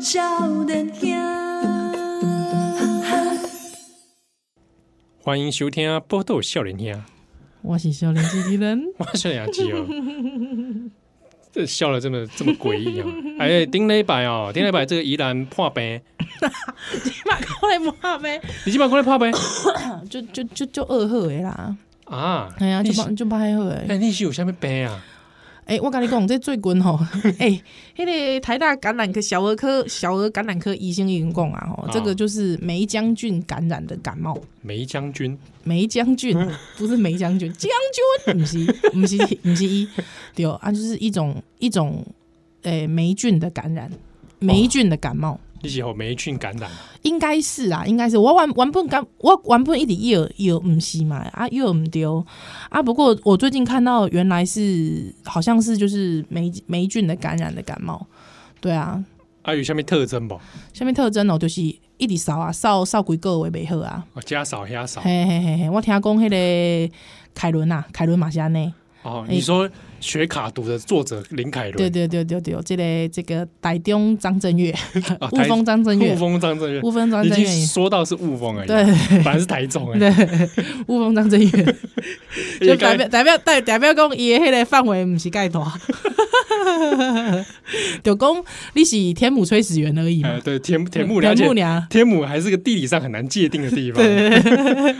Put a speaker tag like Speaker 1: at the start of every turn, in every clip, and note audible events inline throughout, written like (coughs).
Speaker 1: 少年兄，
Speaker 2: 欢迎收听《波豆笑脸听》，，
Speaker 3: 我是少年机器 (laughs) 人
Speaker 2: 我是雅琪哦。这笑了这么这么诡异啊！哎，丁磊摆哦，丁磊摆这个宜兰破杯，
Speaker 3: 马过来摸呗，
Speaker 2: 你今晚过来破杯
Speaker 3: 就就就就二号的啦，
Speaker 2: 啊！
Speaker 3: 哎呀，
Speaker 2: 你
Speaker 3: 就是帮就拍好的。
Speaker 2: 哎，你是有啥物病啊？
Speaker 3: 哎，我跟你讲，这最近 (laughs) 吼，哎，迄个台大感染科小儿科小儿感染科医生已经讲啊，吼
Speaker 2: 啊，
Speaker 3: 这个就是梅将军感染的感冒。
Speaker 2: 梅将军
Speaker 3: 梅将 (laughs) 军不是梅将军，将军不是 (laughs) 不是不是一，对啊，就是一种一种诶霉菌的感染，霉菌的感冒。
Speaker 2: 你是互霉菌感染啊？
Speaker 3: 应该是啊，应该是我原原本感我原本一直以为以为唔是嘛，啊以为唔对啊。不过我最近看到原来是好像是就是霉霉菌的感染的感冒，对啊，
Speaker 2: 啊，有啥物特征不？
Speaker 3: 下面特征哦就是一直扫啊扫扫几个月袂好啊，
Speaker 2: 哦，加少加少
Speaker 3: 嘿嘿嘿嘿，我听讲迄个凯伦啊，凯伦马西安内，
Speaker 2: 哦。
Speaker 3: 哎
Speaker 2: 你说《学卡读》的作者林凯
Speaker 3: 对
Speaker 2: 伦，
Speaker 3: 对对对对，这个这个台中张震岳，
Speaker 2: 啊
Speaker 3: 雾峰张震岳
Speaker 2: 雾，峰张震岳，
Speaker 3: 雾峰张
Speaker 2: 已
Speaker 3: 震
Speaker 2: 经
Speaker 3: 岳，
Speaker 2: 说到是雾峰而已，
Speaker 3: 对，
Speaker 2: 本来是台中哎，
Speaker 3: 对，雾峰张震岳。就
Speaker 2: 应该
Speaker 3: 代表代表代代表讲伊的迄个范围毋是介大， (laughs) 就讲你是天母炊事员而已
Speaker 2: 哎
Speaker 3: 嘛。
Speaker 2: 对田田木了解
Speaker 3: 天母娘
Speaker 2: 天母还是个地理上很难界定的地方，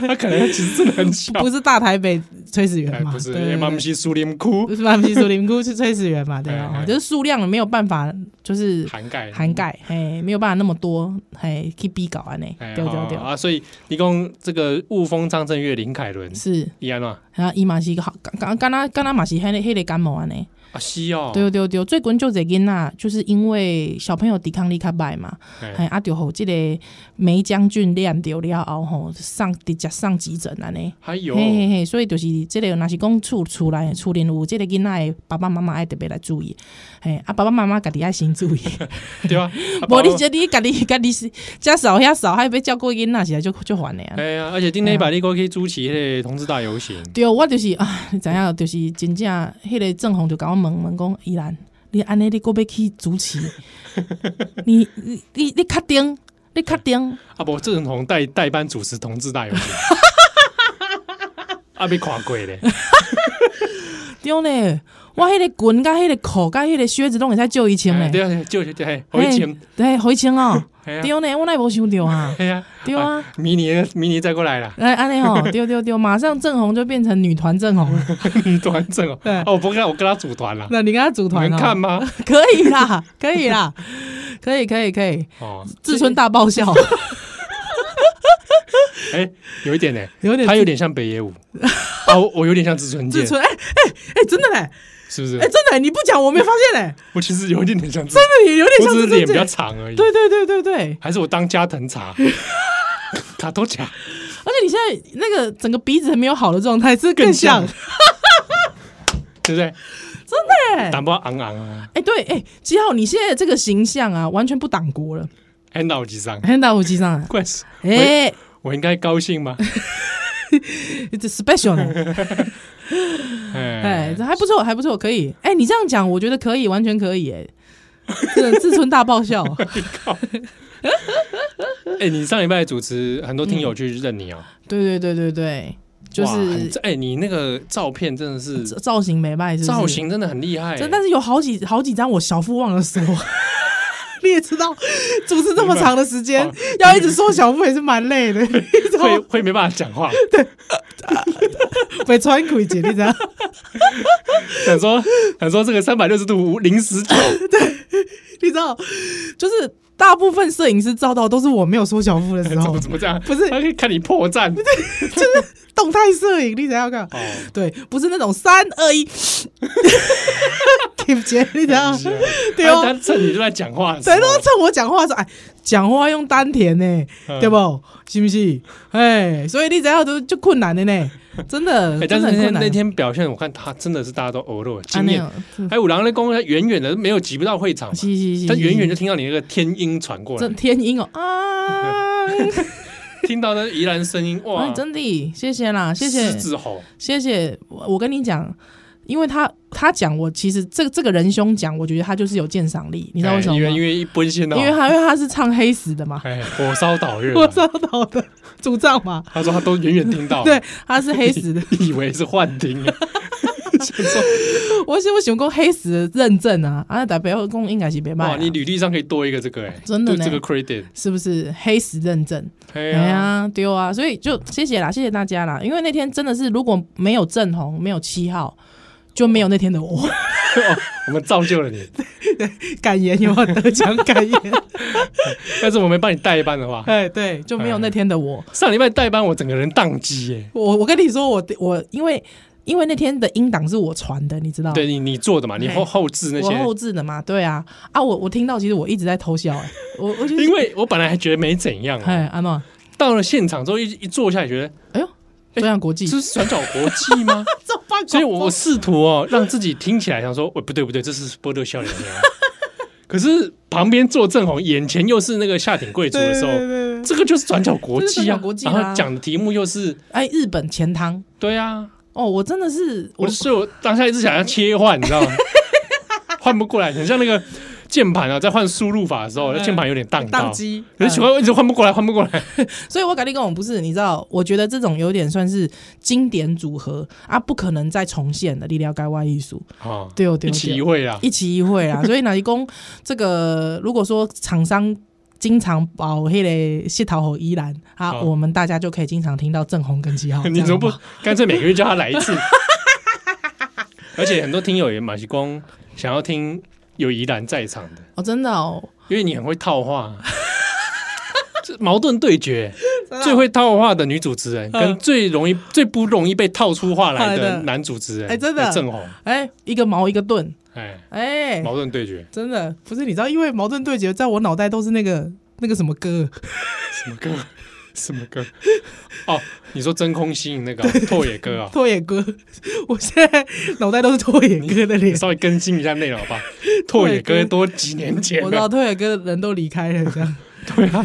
Speaker 2: 它可能其实真的很小，
Speaker 3: 不是大台北炊事
Speaker 2: 哎
Speaker 3: 员嘛？
Speaker 2: 不是
Speaker 3: 对对
Speaker 2: M M
Speaker 3: 对
Speaker 2: C 苏林窟
Speaker 3: 不是嘛？不是树林菇是炊事员嘛？对
Speaker 2: 哎
Speaker 3: 啊
Speaker 2: 哎，
Speaker 3: 就是数量没有办法，就是
Speaker 2: 涵盖
Speaker 3: 涵。盖，哎，没有办法那么多，哎，去逼搞安尼，
Speaker 2: 哎
Speaker 3: 对对对
Speaker 2: 好，啊！所以你讲这个雾峰张震岳、林凯伦、啊
Speaker 3: 是，
Speaker 2: 伊安嘛
Speaker 3: 然后伊嘛是好，刚刚刚刚刚嘛是迄个迄个感冒安尼。
Speaker 2: 啊，西哦，
Speaker 3: 对对对，最近就这囡仔，就是因为小朋友抵抗力较歹嘛，
Speaker 2: 嘿
Speaker 3: 哎啊就吼，即个梅将军念着了后吼，上直接上急诊安尼。
Speaker 2: 还有
Speaker 3: 嘿嘿嘿，所以就是即个若是讲厝厝内厝里有即个囡仔的爸爸妈妈爱特别来注意，嘿啊爸爸妈妈家己爱先注意，
Speaker 2: (laughs) 对啊，啊
Speaker 3: 无
Speaker 2: 包
Speaker 3: 你这你家己家己是遮少遐少，还要照顾囡仔是来就就烦的啊。
Speaker 2: 哎呀，而且今天把你过去主持迄个同志大游行，
Speaker 3: 对，我就是啊，你知影，就是真正迄个郑红就甲我问问讲，依兰，你安尼你搁要去主持？ (laughs) 你你你你确定？你确定？
Speaker 2: 啊不，郑红代代班主持同志大游
Speaker 3: (laughs)
Speaker 2: 行，啊被垮过嘞，
Speaker 3: 对呢，我迄个裙甲迄个裤甲迄个靴子拢会使借伊穿
Speaker 2: 哎对
Speaker 3: 嘞。
Speaker 2: 啊，就是对，嘿回前，
Speaker 3: 对，回穿哦。
Speaker 2: 哎
Speaker 3: 对
Speaker 2: 呀，
Speaker 3: 呢，我哪会无想
Speaker 2: (laughs)
Speaker 3: 到啊？
Speaker 2: 哎呀，
Speaker 3: 对啊，哎
Speaker 2: 迷你迷你再过来啦，
Speaker 3: 来安尼吼，对对对，马上郑红就变成女团郑红了。
Speaker 2: (laughs) 女团正哦，
Speaker 3: 对
Speaker 2: 哦，我不跟他我跟他组团啦，啊
Speaker 3: 那你跟他组
Speaker 2: 你
Speaker 3: 团
Speaker 2: 们看
Speaker 3: 哦， (laughs)
Speaker 2: 吗？
Speaker 3: 可以啦，可以啦，可以可以可以，
Speaker 2: 哦，
Speaker 3: 自尊大爆笑，
Speaker 2: 哎，有一点呢，
Speaker 3: 有点
Speaker 2: 他有点像北野
Speaker 3: (laughs)
Speaker 2: 武，啊，我我有点像志村健
Speaker 3: 自，尊，哎哎哎，真的嘞。
Speaker 2: 是不是
Speaker 3: 哎、？真的，你不讲我没发现哎、
Speaker 2: 我其实有一点点像志，
Speaker 3: 真的有点
Speaker 2: 我
Speaker 3: 像
Speaker 2: 只是
Speaker 3: 是
Speaker 2: 脸比较
Speaker 3: 对
Speaker 2: 长而已，
Speaker 3: 对对对对，
Speaker 2: 还是我当加藤茶， (laughs) 卡多卡
Speaker 3: 而且你现在那个整个鼻子还没有好的状态，是
Speaker 2: 更
Speaker 3: 像
Speaker 2: 像，对不对？
Speaker 3: 真的哎、
Speaker 2: 胆包昂昂啊，
Speaker 3: 哎、对哎，七、号，你现在这个形象啊，完全不党国了，
Speaker 2: 很脑机上，
Speaker 3: 很打五级上来，啊
Speaker 2: 怪死，
Speaker 3: 哎、
Speaker 2: 我应该高兴
Speaker 3: (laughs)
Speaker 2: 吗？
Speaker 3: 这 special 呢， (laughs) 哎、
Speaker 2: 哎
Speaker 3: 这还不错，还不错，可以，哎、你这样讲，我觉得可以，完全可以、哎，这自尊大爆 (laughs) 笑，
Speaker 2: (laughs) 哎，你上礼拜主持，很多听友去认你哦，
Speaker 3: 对对对对对，嗯就
Speaker 2: 哇很
Speaker 3: 是
Speaker 2: 赞哎，你那个照片真的是
Speaker 3: 造型美败，是不是
Speaker 2: 造。型真的很厉害，
Speaker 3: 这但是有好几好几张我小腹忘了收。 (laughs) 你也知道，主持这么长的时间
Speaker 2: 哦，
Speaker 3: 要一直说小腹也是蛮累的， (laughs) 你知道
Speaker 2: 会
Speaker 3: 吗？
Speaker 2: 会没办法讲话， (laughs)
Speaker 3: 被穿鬼姐，你知道？ (laughs)
Speaker 2: 想说想说这个三百六十度零死角，
Speaker 3: 你知道，就是大部分摄影师照到都 (laughs) 是我没有缩小腹的时
Speaker 2: 怎
Speaker 3: 候
Speaker 2: 么，怎么这样？
Speaker 3: 不是
Speaker 2: 他可以看你破
Speaker 3: (laughs)
Speaker 2: 绽
Speaker 3: 动态摄影，你知道干嘛？
Speaker 2: 哦，
Speaker 3: 对，不是那种三二一， (laughs) 挺姐，你知道？
Speaker 2: 是啊
Speaker 3: 对哦
Speaker 2: 他他趁你就在讲话的时候，
Speaker 3: 谁都趁我讲话说，哎，讲话用丹田呢、
Speaker 2: 嗯
Speaker 3: 对？不？是不是？哎，所以你只要都就困难的
Speaker 2: (laughs)
Speaker 3: 呢，真的，
Speaker 2: 哎但是那
Speaker 3: 真的很
Speaker 2: 天
Speaker 3: 困难。
Speaker 2: 那天表现，我看他真的是大家都欧了
Speaker 3: 啊
Speaker 2: 惊艳。
Speaker 3: 那样
Speaker 2: 还有狼的公，他远远的没有挤不到会场嘛，
Speaker 3: 是是是，
Speaker 2: 但远远就是听到你那个天音传过
Speaker 3: 这
Speaker 2: 来，
Speaker 3: 天音哦啊！哎
Speaker 2: 听到那 (laughs) 宜兰声音，哇
Speaker 3: 哎，，真的，谢谢啦，谢
Speaker 2: 狮
Speaker 3: 谢
Speaker 2: 子吼，
Speaker 3: 谢谢，我我跟你讲，因为他他讲我其实这这个仁兄讲，我觉得他就是有鉴赏力，你知道为什么吗？
Speaker 2: 哎因为因为一奔现到
Speaker 3: 因为他因为他是唱黑死
Speaker 2: (laughs)
Speaker 3: 的嘛，
Speaker 2: 哎火烧岛日
Speaker 3: (laughs) 我烧到的主唱嘛，
Speaker 2: 他说他都远远听到，
Speaker 3: 对，他是黑死的。
Speaker 2: (laughs) 以为是幻
Speaker 3: (laughs)
Speaker 2: 听，想说
Speaker 3: 我想我喜欢讲黑死的认证啊，啊代表讲应该是别卖、
Speaker 2: 哇，
Speaker 3: 啊，
Speaker 2: 哦你履历上可以多一个这个哎，
Speaker 3: 真的
Speaker 2: 就
Speaker 3: 呢
Speaker 2: 这个 credit，
Speaker 3: 是不是黑死认证？
Speaker 2: 哎
Speaker 3: 哎
Speaker 2: (laughs) 呀，
Speaker 3: 呀，丢啊！所以就谢谢啦，谢谢大家啦。因为那天真的是，如果没有正红，没有七号，就没有那天的我。 (laughs)
Speaker 2: 哦我们造就了你，
Speaker 3: 感言有没有得奖感
Speaker 2: (laughs)
Speaker 3: 言？
Speaker 2: 但是我没帮你代班的话，
Speaker 3: 哎，对，就没有那天的我。
Speaker 2: 上礼拜代班我整个人宕机哎，
Speaker 3: 我我跟你说，我我因为因为那天的音档是我传的，你知道？
Speaker 2: 对，你你做的嘛，你后
Speaker 3: 哎
Speaker 2: 后置那
Speaker 3: 哦我
Speaker 2: 些，
Speaker 3: 后置的嘛，对啊啊！我我听到，其实我一直在偷笑、哎，我我就是
Speaker 2: 因为我本来还觉得没怎样啊，
Speaker 3: 哎阿诺，
Speaker 2: 到了现场之后一一坐下来觉得
Speaker 3: 哎呦，这样国际
Speaker 2: 这是转角国际
Speaker 3: (laughs)
Speaker 2: 吗？
Speaker 3: 这放
Speaker 2: 所以我我试图哦让自己听起来想说，喂不对不对，这是波特笑脸
Speaker 3: (laughs)
Speaker 2: 啊。可是旁边坐正红，眼前又是那个下顶贵族的时候，这个就是转角国
Speaker 3: 这是
Speaker 2: 际
Speaker 3: 转
Speaker 2: 啊
Speaker 3: 角国，际啦
Speaker 2: 然后讲的题目又是
Speaker 3: 哎日本钱汤
Speaker 2: 对啊，
Speaker 3: 哦，我真的是
Speaker 2: 我所以我当下一直想要切换，你知道吗？换不过来，很像那个键盘啊，在换输入法的时候，那键盘有点荡到
Speaker 3: 哎宕，机，哎
Speaker 2: 可是奇怪，我一直换不过来，换不过
Speaker 3: (laughs)
Speaker 2: 来。
Speaker 3: 所以我改立跟我不是，你知道，我觉得这种有点算是经典组合啊，不可能再重现的力量该外艺术，
Speaker 2: 哦，
Speaker 3: 对哦对
Speaker 2: 一
Speaker 3: 哦
Speaker 2: 起一
Speaker 3: 对哦，
Speaker 2: 会啊啦，
Speaker 3: 一期一会啊啦。所以哪一公这个，如果说厂商。经常保黑嘞谢桃侯依兰啊，
Speaker 2: 好
Speaker 3: 我们大家就可以经常听到正红跟
Speaker 2: (laughs)
Speaker 3: 七号。
Speaker 2: (laughs) 你怎
Speaker 3: 这
Speaker 2: 么
Speaker 3: 样
Speaker 2: 不
Speaker 3: 吗
Speaker 2: 干脆每个月叫他来一
Speaker 3: (laughs)
Speaker 2: 次？而且很多听友也马西光想要听有宜兰在场的，
Speaker 3: 哦，真的哦，
Speaker 2: 因为你很会套话，啊这矛盾对决， (laughs) (laughs) 最
Speaker 3: 会
Speaker 2: 会套话的女主持人跟
Speaker 3: 嗯
Speaker 2: 最容易、最不容易被套出话来
Speaker 3: 来
Speaker 2: 的
Speaker 3: 的
Speaker 2: 男主持人，
Speaker 3: 哎真的
Speaker 2: 正红，
Speaker 3: 哎，一个矛一个盾，
Speaker 2: 哎，
Speaker 3: 哎，
Speaker 2: 矛盾对决，
Speaker 3: 真的不是你知道，因为矛盾对决在我脑袋都是那个那个什么歌，
Speaker 2: 什么歌？ (laughs) 什么歌？哦，你说真空吸引那个哦拓野哥啊，
Speaker 3: (laughs) 拓野哥，我现在脑袋都是拓野哥的脸
Speaker 2: 你。稍微更新一下内容好不好？拓野
Speaker 3: 拓
Speaker 2: 哥
Speaker 3: 野哥
Speaker 2: 多几年前
Speaker 3: 我知
Speaker 2: 了
Speaker 3: 道，拓野哥的人都离开了，这样
Speaker 2: (laughs) 对啊，
Speaker 3: (laughs)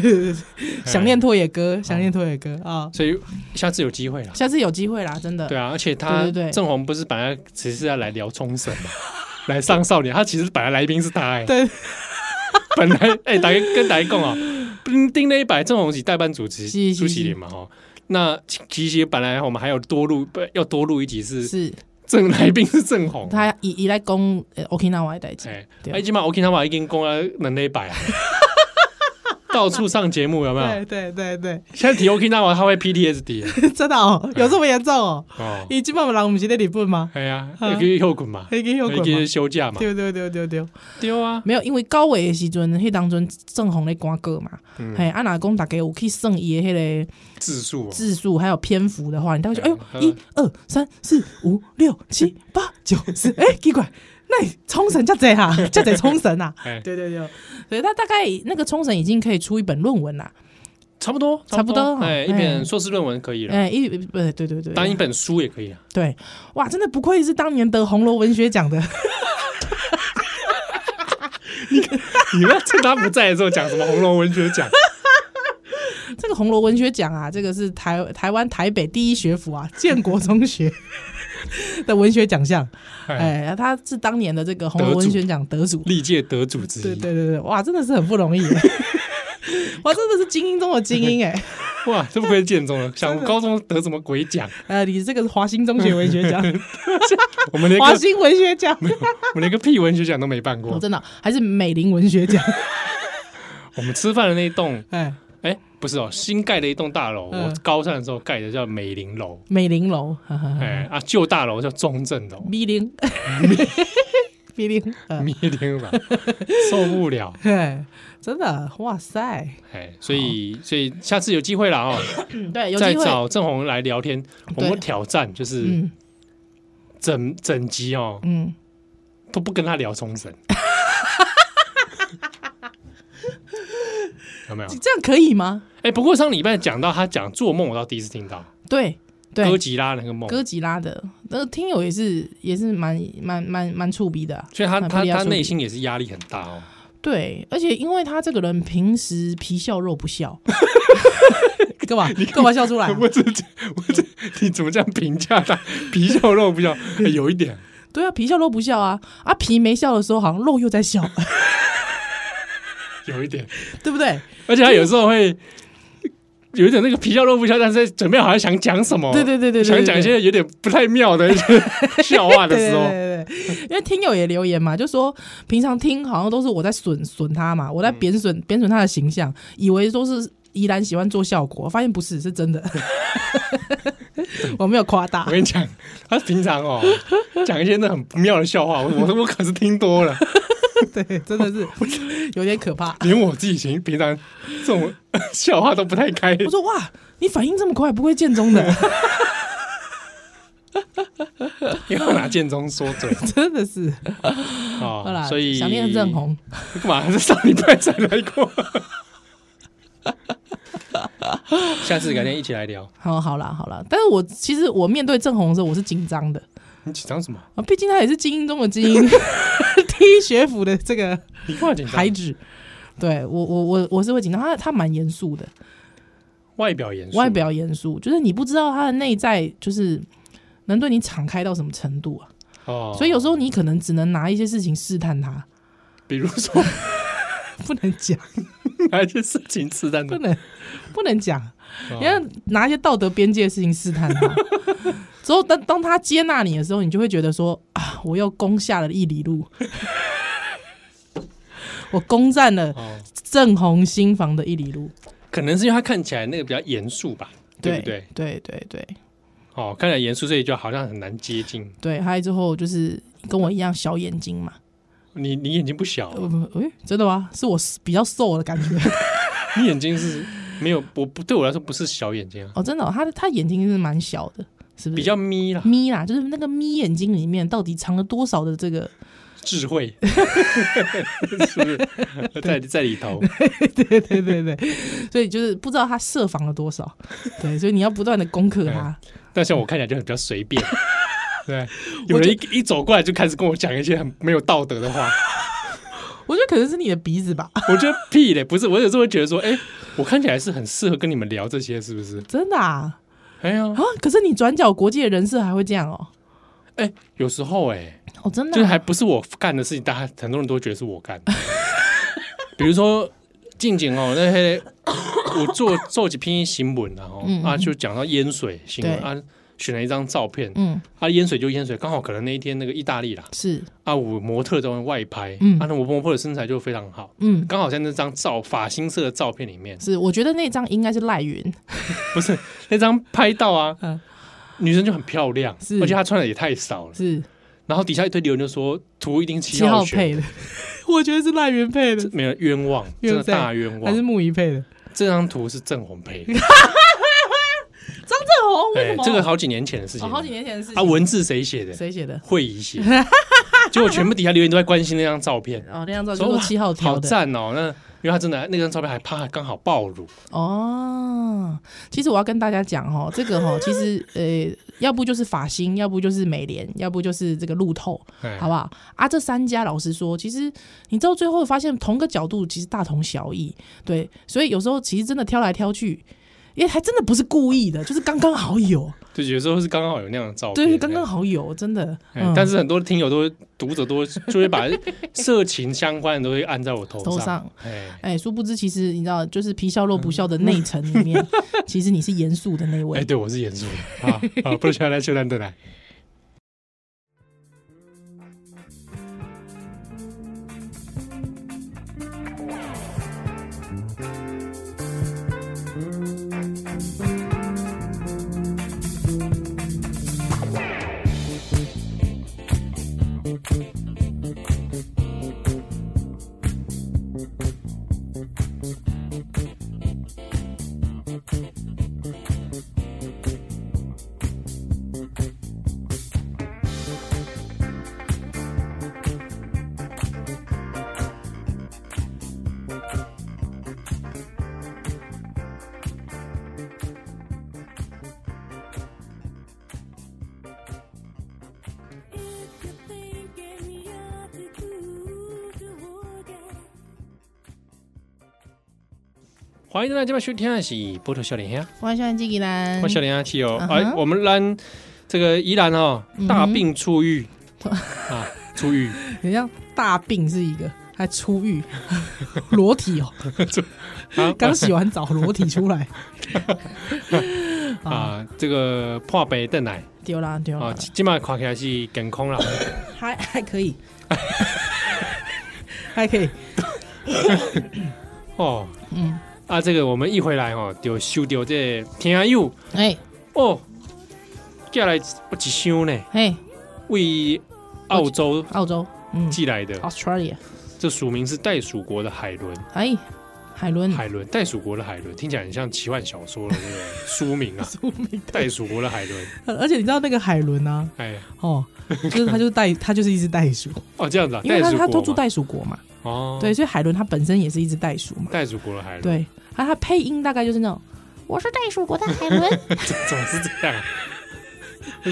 Speaker 2: 哎
Speaker 3: 想念拓野哥，想念拓野哥啊！
Speaker 2: 所以下次有机会啦。
Speaker 3: 下次有机会啦，真的。
Speaker 2: 对啊，而且他
Speaker 3: 对对对
Speaker 2: 郑红不是本来只是要来聊冲绳嘛，来上少年，他其实本来来宾是他哎、
Speaker 3: 对，
Speaker 2: (laughs) 本来哎、大家跟大家讲哦，丁丁那一百郑红是代班主持
Speaker 3: 是是
Speaker 2: 主席脸嘛哈。那其其实本来我们还有多录，不要多录一集是
Speaker 3: 是
Speaker 2: 郑来宾是郑红，
Speaker 3: 他以以来攻呃 Okinawa 的代志，
Speaker 2: 哎，
Speaker 3: 对
Speaker 2: 哎，起码 OK 他把已经公了能那一
Speaker 3: (laughs)
Speaker 2: 百啊，到处上节目有没有？
Speaker 3: 对对对
Speaker 2: 现在提 OK 那他会 PTSD
Speaker 3: 对， (laughs) 真的哦，
Speaker 2: 哎
Speaker 3: 有这么严重哦？
Speaker 2: 啊哦，
Speaker 3: 伊基本上人不是在日本吗？
Speaker 2: 哎呀，
Speaker 3: 啊
Speaker 2: 也可以后滚嘛，
Speaker 3: 黑给有
Speaker 2: 也
Speaker 3: 滚
Speaker 2: 可以
Speaker 3: 吗？
Speaker 2: 休假嘛，
Speaker 3: 对对对对对，
Speaker 2: 丢啊，
Speaker 3: 没有，因为高伟的时阵，迄当中正红咧歌歌嘛，
Speaker 2: 嗯
Speaker 3: 嘿，啊若讲大家有去算伊的迄个
Speaker 2: 字数哦
Speaker 3: 字数还有篇幅的话，你大概就哎
Speaker 2: 嗯
Speaker 3: 呦，一二三四五六七八九十，哎，奇怪，那你冲绳叫贼 (laughs) 哈，叫贼冲绳啊！
Speaker 2: 哎，
Speaker 3: 对对对，对他大概那个冲绳已经可以出一本论文啦，
Speaker 2: 差不多，
Speaker 3: 差不多
Speaker 2: 哎，
Speaker 3: 哎
Speaker 2: 一篇硕士论文可以了，
Speaker 3: 哎，一呃，对对对，
Speaker 2: 当一本书也可以啊。
Speaker 3: 对，哇，真的不愧是当年得红楼文学奖的， (laughs)
Speaker 2: (laughs) 你们趁他不在的时候讲什么红楼文学奖？
Speaker 3: 这个红楼文学奖啊，这个是台台湾台北第一学府 (laughs) 啊，建国中 (laughs) 学的文学奖项，
Speaker 2: 哎，
Speaker 3: 哎，他是当年的这个红楼
Speaker 2: 得主
Speaker 3: 文学奖得主，
Speaker 2: 历届得主之
Speaker 3: 对
Speaker 2: 一，
Speaker 3: 对对对，哇，真的是很
Speaker 2: (laughs)
Speaker 3: 不容易耶。哇，真的是精英中的精
Speaker 2: (laughs)
Speaker 3: 英哎！
Speaker 2: 哇，这不愧是建中
Speaker 3: (laughs)
Speaker 2: 了，想高中得什么鬼奖？
Speaker 3: 呃，你这个是华兴中学
Speaker 2: (laughs)
Speaker 3: 文学奖，
Speaker 2: 我们连个
Speaker 3: 华兴文学奖，
Speaker 2: 我们连个屁文学奖都没办
Speaker 3: 我
Speaker 2: 过。
Speaker 3: (laughs) 真的还是美林文学奖，
Speaker 2: 我们吃饭的那一栋，
Speaker 3: 哎，
Speaker 2: (laughs) 哎，不是哦，新盖的一栋大楼，
Speaker 3: 嗯
Speaker 2: 我高三的时候盖的叫美林楼，
Speaker 3: 美林楼，哈哈哈
Speaker 2: 哎啊，旧大楼叫中正楼，(laughs)
Speaker 3: 米林，米林， (laughs) 呃
Speaker 2: 迷林吧，受不了。
Speaker 3: 嘿，真的，哇塞，
Speaker 2: 哎，所以所以下次有机会了哦，
Speaker 3: 嗯，对，有
Speaker 2: 再
Speaker 3: 机会，
Speaker 2: 找郑红来聊天，我们会
Speaker 3: 对
Speaker 2: 挑战就是。
Speaker 3: 嗯
Speaker 2: 整整集哦
Speaker 3: 嗯，
Speaker 2: 都不跟他聊冲绳，有没有？
Speaker 3: 这样可以吗？
Speaker 2: 哎、不过上礼拜讲到他讲做梦，我倒第一次听到
Speaker 3: 对
Speaker 2: 哥
Speaker 3: 对，
Speaker 2: 吉拉那个梦，
Speaker 3: 哥吉拉的那个听友也是也是蛮蛮蛮蛮触鼻的啊、
Speaker 2: 所以他
Speaker 3: 啊
Speaker 2: 他
Speaker 3: 不利亚
Speaker 2: 他
Speaker 3: 说
Speaker 2: 内心也是压力很大哦。
Speaker 3: 对，而且因为他这个人平时皮笑肉不
Speaker 2: (laughs)
Speaker 3: 笑，干嘛干嘛笑出来啊、 (laughs)
Speaker 2: 我这我这你怎么这样评价他？皮笑肉不笑、哎有一点
Speaker 3: 对啊，皮笑肉不笑啊，啊皮没笑的时候，好像肉又在笑， (laughs)
Speaker 2: 有一点，
Speaker 3: 对不对？
Speaker 2: 而且他有时候会有一点那个皮笑肉不笑，但是准备好像想讲什么，
Speaker 3: 对对对对对
Speaker 2: 哦想讲一些有点不太妙的一些笑话的
Speaker 3: 对
Speaker 2: 时候，
Speaker 3: 对对对对，因为听友也留言嘛，就说平常听好像都是我在损损他嘛，我在
Speaker 2: 嗯
Speaker 3: 贬损贬损他的形象，以为都是宜兰喜欢做效果，发现不是，是
Speaker 2: (laughs)
Speaker 3: 真的，我没有夸大
Speaker 2: 我。跟你讲，他平常哦讲一些那很不妙的笑话，我我我可是听多
Speaker 3: (laughs)
Speaker 2: 了，
Speaker 3: 对，真的是有点可怕。
Speaker 2: 连我自己平平常这种 (laughs) 笑话都不太开。
Speaker 3: 我说哇，你反应这么快，不会见
Speaker 2: (laughs)
Speaker 3: 中的，
Speaker 2: 要拿建中说
Speaker 3: (laughs)
Speaker 2: 嘴
Speaker 3: 真的是。好
Speaker 2: 啊
Speaker 3: 啦，，
Speaker 2: 所以
Speaker 3: 想念郑红，
Speaker 2: 干嘛？ (laughs) 还是上礼拜才来
Speaker 3: (laughs)
Speaker 2: 过。下次改天一起来聊。
Speaker 3: 好好啦好啦，但是我其实我面对郑红的时候，我是紧张的
Speaker 2: 你紧张什么？
Speaker 3: 啊，毕竟他也是精英中的精英 (laughs) ，T 学府的这个
Speaker 2: 你干嘛紧张
Speaker 3: 孩？子。对我我我我是会紧张，他他蛮严肃的，
Speaker 2: 外表严肃，
Speaker 3: 外表严肃，就是你不知道他的内在就是能对你敞开到什么程度啊，
Speaker 2: 哦
Speaker 3: 所以有时候你可能只能拿一些事情试探他，
Speaker 2: 比如说
Speaker 3: (laughs)
Speaker 2: (laughs)
Speaker 3: 不能讲，
Speaker 2: 哪一些事情吃
Speaker 3: (laughs)
Speaker 2: 蛋
Speaker 3: 不
Speaker 2: 的，
Speaker 3: 能不能讲，
Speaker 2: 哦
Speaker 3: 你要拿一些道德边界的事情试
Speaker 2: (laughs)
Speaker 3: 探他。之后，当当他接纳你的时候，你就会觉得说啊，我又攻下了一里路，
Speaker 2: (laughs)
Speaker 3: 我攻占了
Speaker 2: 哦，
Speaker 3: 正红新房的一里路，
Speaker 2: 可能是因为他看起来那个比较严肃吧，对不对？
Speaker 3: 对对对
Speaker 2: 哦，看起来严肃，所以就好像很难接近。
Speaker 3: 对，还有之后就是跟我一样小眼睛嘛，
Speaker 2: 你你眼睛不小，啊
Speaker 3: 呃，不诶，真的吗？是我比较瘦的感
Speaker 2: (laughs)
Speaker 3: 觉
Speaker 2: 你眼睛是没有，我不对我来说不是小眼睛啊，
Speaker 3: 哦，真的、哦，他的他眼睛是蛮小的，是不是？
Speaker 2: 比较眯啦，
Speaker 3: 眯啦，就是那个眯眼睛里面到底藏了多少的这个？
Speaker 2: 智慧是不是在在里头？
Speaker 3: 对 (laughs) 对对对，所以就是不知道他设防了多 (laughs) 少，对，所以你要不断的攻克他。
Speaker 2: 但像我看起来就很比较随便。对，有人一一走过来就开始跟我讲一些很没有道德的话，
Speaker 3: 我觉得可能是你的鼻子吧，
Speaker 2: 我觉得屁嘞，不是，我有时候会觉得说，哎、我看起来是很适合跟你们聊这些，是不是？
Speaker 3: 真的啊
Speaker 2: 哎呀
Speaker 3: 啊，！可是你转角国际的人设还会这样哦，
Speaker 2: 哎、有时候哎、
Speaker 3: 哦，真的啊、
Speaker 2: 就是还不是我干的事情，大家很多人都会觉得是我
Speaker 3: (laughs)
Speaker 2: 干的。比如说近景哦，那些我做做几篇新闻啊，哦
Speaker 3: 嗯嗯
Speaker 2: 啊就讲到淹水新闻
Speaker 3: 对
Speaker 2: 啊，选了一张照片，
Speaker 3: 嗯
Speaker 2: 啊淹水就淹水，刚好可能那一天那个意大利啦，
Speaker 3: 是
Speaker 2: 啊我模特都外拍，
Speaker 3: 嗯
Speaker 2: 啊那我模特的身材就非常好，
Speaker 3: 嗯
Speaker 2: 刚好在那张照发型社的照片里面，
Speaker 3: 是，我觉得那张应该是赖云，
Speaker 2: 不是那张拍到啊
Speaker 3: 嗯，
Speaker 2: 女生就很漂亮，
Speaker 3: 是
Speaker 2: 而且她穿的也太少了，
Speaker 3: 是
Speaker 2: 然后底下一堆留言就说图一定七
Speaker 3: 七号
Speaker 2: 选
Speaker 3: 配的， (laughs) 我觉得是赖云配的，
Speaker 2: 没有冤枉，
Speaker 3: 冤
Speaker 2: 真
Speaker 3: 枉
Speaker 2: 的大冤
Speaker 3: 还
Speaker 2: 枉
Speaker 3: 是。木鱼配的？
Speaker 2: 这张图是郑红
Speaker 3: (laughs)
Speaker 2: 配的，
Speaker 3: 郑红为
Speaker 2: 哎
Speaker 3: 什么？
Speaker 2: 这个好几年前的事情
Speaker 3: 哦，
Speaker 2: 了，
Speaker 3: 好几年前的事
Speaker 2: 啊，
Speaker 3: 情，
Speaker 2: 文字谁写
Speaker 3: (laughs)
Speaker 2: 的？
Speaker 3: 谁写的？
Speaker 2: 会议写的，结果全部底下留言都在关心那张照片，
Speaker 3: 哦，那张照
Speaker 2: 说
Speaker 3: 就是
Speaker 2: 哇
Speaker 3: 七号
Speaker 2: 好
Speaker 3: 挑的
Speaker 2: 赞哦。那因为他真的那张照片还怕刚好暴露，
Speaker 3: 哦。其实我要跟大家讲
Speaker 2: (laughs)
Speaker 3: 哦，这个哦，其实呃，要不就是法兴，要不就是美联，要不就是这个路透，
Speaker 2: 哎
Speaker 3: 好，不好？啊，这三家老实说，其实你到最后发现同个角度其实大同小异，对，所以有时候其实真的挑来挑去，也还真的不是故意的，就是刚刚好
Speaker 2: (laughs)
Speaker 3: 有，
Speaker 2: 就有时候是刚刚好有那样的照片，
Speaker 3: 对，刚刚
Speaker 2: 好。
Speaker 3: 好有，真的。
Speaker 2: 哎
Speaker 3: 嗯、
Speaker 2: 但是很多听友都读者都就会把
Speaker 3: (laughs)
Speaker 2: 色情相关的都会按在我头
Speaker 3: 头
Speaker 2: 上，
Speaker 3: 上，
Speaker 2: 哎
Speaker 3: 哎，殊不知其实你知道，就是皮笑肉不笑的内层里面，其实你是严肃的那
Speaker 2: 嗯
Speaker 3: 位
Speaker 2: 哎，。对我是严肃的啊啊，不能来秀兰的来。
Speaker 1: If you're thinking you're too cool to walk out.
Speaker 2: 欢迎大家今晚收听的是《波特笑脸呀》，
Speaker 3: 欢迎收看《季吉兰
Speaker 2: 欢迎笑》，脸阿七哦。
Speaker 3: 嗯嗯哼
Speaker 2: 哎，我们让这个宜兰哦
Speaker 3: 嗯哼 (laughs)
Speaker 2: 大病初愈，啊，出狱
Speaker 3: 很像大病是一个，还出 (laughs) 狱，裸体哦，
Speaker 2: 啊
Speaker 3: 刚洗完澡裸体出来，啊，
Speaker 2: 啊，这个破杯邓奶
Speaker 3: (laughs) 丢啦丢
Speaker 2: 啊，
Speaker 3: 啦，
Speaker 2: 今麦看起来是健康啦，
Speaker 3: 嗯还还可以， (laughs) 还可以，
Speaker 2: 哦
Speaker 3: 嗯，
Speaker 2: 啊，这个我们一回来哦，就收到这听友
Speaker 3: 哎
Speaker 2: 哦，寄来不一箱呢，
Speaker 3: 嘿，
Speaker 2: 为澳洲
Speaker 3: 澳洲，嗯
Speaker 2: 寄来的，
Speaker 3: ，Australia，
Speaker 2: 这署名是袋鼠国的海伦，
Speaker 3: 哎，海伦，
Speaker 2: 海伦，袋鼠国的海伦，听起来很像奇幻小说的那个书名啊，
Speaker 3: (laughs) 苏明
Speaker 2: 袋鼠国的海伦，
Speaker 3: 而且你知道那个海伦啊，
Speaker 2: 哎，
Speaker 3: (laughs) 哦，就是他就是袋，他就是一只袋鼠，
Speaker 2: 哦，这样子啊，
Speaker 3: 因为
Speaker 2: 袋
Speaker 3: 他
Speaker 2: 鼠
Speaker 3: 他都
Speaker 2: 国
Speaker 3: 住
Speaker 2: 嘛，
Speaker 3: 袋鼠国嘛，
Speaker 2: 哦，
Speaker 3: 对，，所以海伦他本身也是一只袋鼠嘛，
Speaker 2: 袋鼠国的海伦，，
Speaker 3: 对，啊，他配音大概就是那种，我是袋鼠国的海伦，
Speaker 2: 总是这样啊。 (laughs)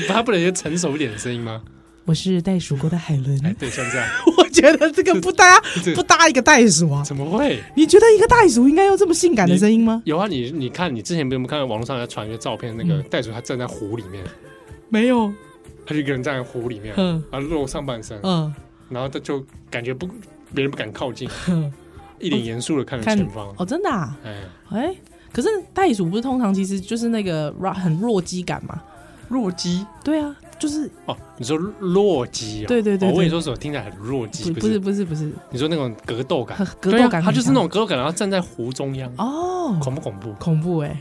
Speaker 2: 他不能有成熟一点的声音吗？
Speaker 3: 我是袋鼠国的海
Speaker 2: 哎，
Speaker 3: 伦，
Speaker 2: 对，像这样，
Speaker 3: (laughs) 我觉得这个不搭
Speaker 2: (laughs) 这
Speaker 3: 不搭一个袋鼠啊，
Speaker 2: 怎么会？
Speaker 3: 你觉得一个袋鼠应该用这么性感的声音吗？
Speaker 2: 有啊，你你看，你之前有没有看到网络上在传一个照片，那
Speaker 3: 嗯
Speaker 2: 个袋鼠它站在湖里面，
Speaker 3: 没有，
Speaker 2: 它就一个人站在湖里面，
Speaker 3: 嗯
Speaker 2: 啊露上半身，
Speaker 3: 嗯
Speaker 2: 然后它就感觉不别人不敢靠近，
Speaker 3: 嗯，
Speaker 2: 一脸严肃的看着
Speaker 3: 看
Speaker 2: 前方，
Speaker 3: 哦，真的啊，
Speaker 2: 哎，
Speaker 3: 哎，可是袋鼠不是通常其实就是那个弱很弱鸡感嘛，
Speaker 2: 弱鸡
Speaker 3: 对啊，就是
Speaker 2: 哦，你说弱鸡啊？
Speaker 3: 对对对
Speaker 2: 哦我
Speaker 3: 对
Speaker 2: 跟你说什么，听起来很弱鸡，不
Speaker 3: 不不是
Speaker 2: 是？
Speaker 3: 不是不是
Speaker 2: 你说那种格斗感
Speaker 3: 和，格
Speaker 2: 对啊
Speaker 3: 斗感很强，
Speaker 2: 它就是那种格斗感，然后站在湖中央，
Speaker 3: 哦，
Speaker 2: 恐不恐怖？
Speaker 3: 恐怖哎、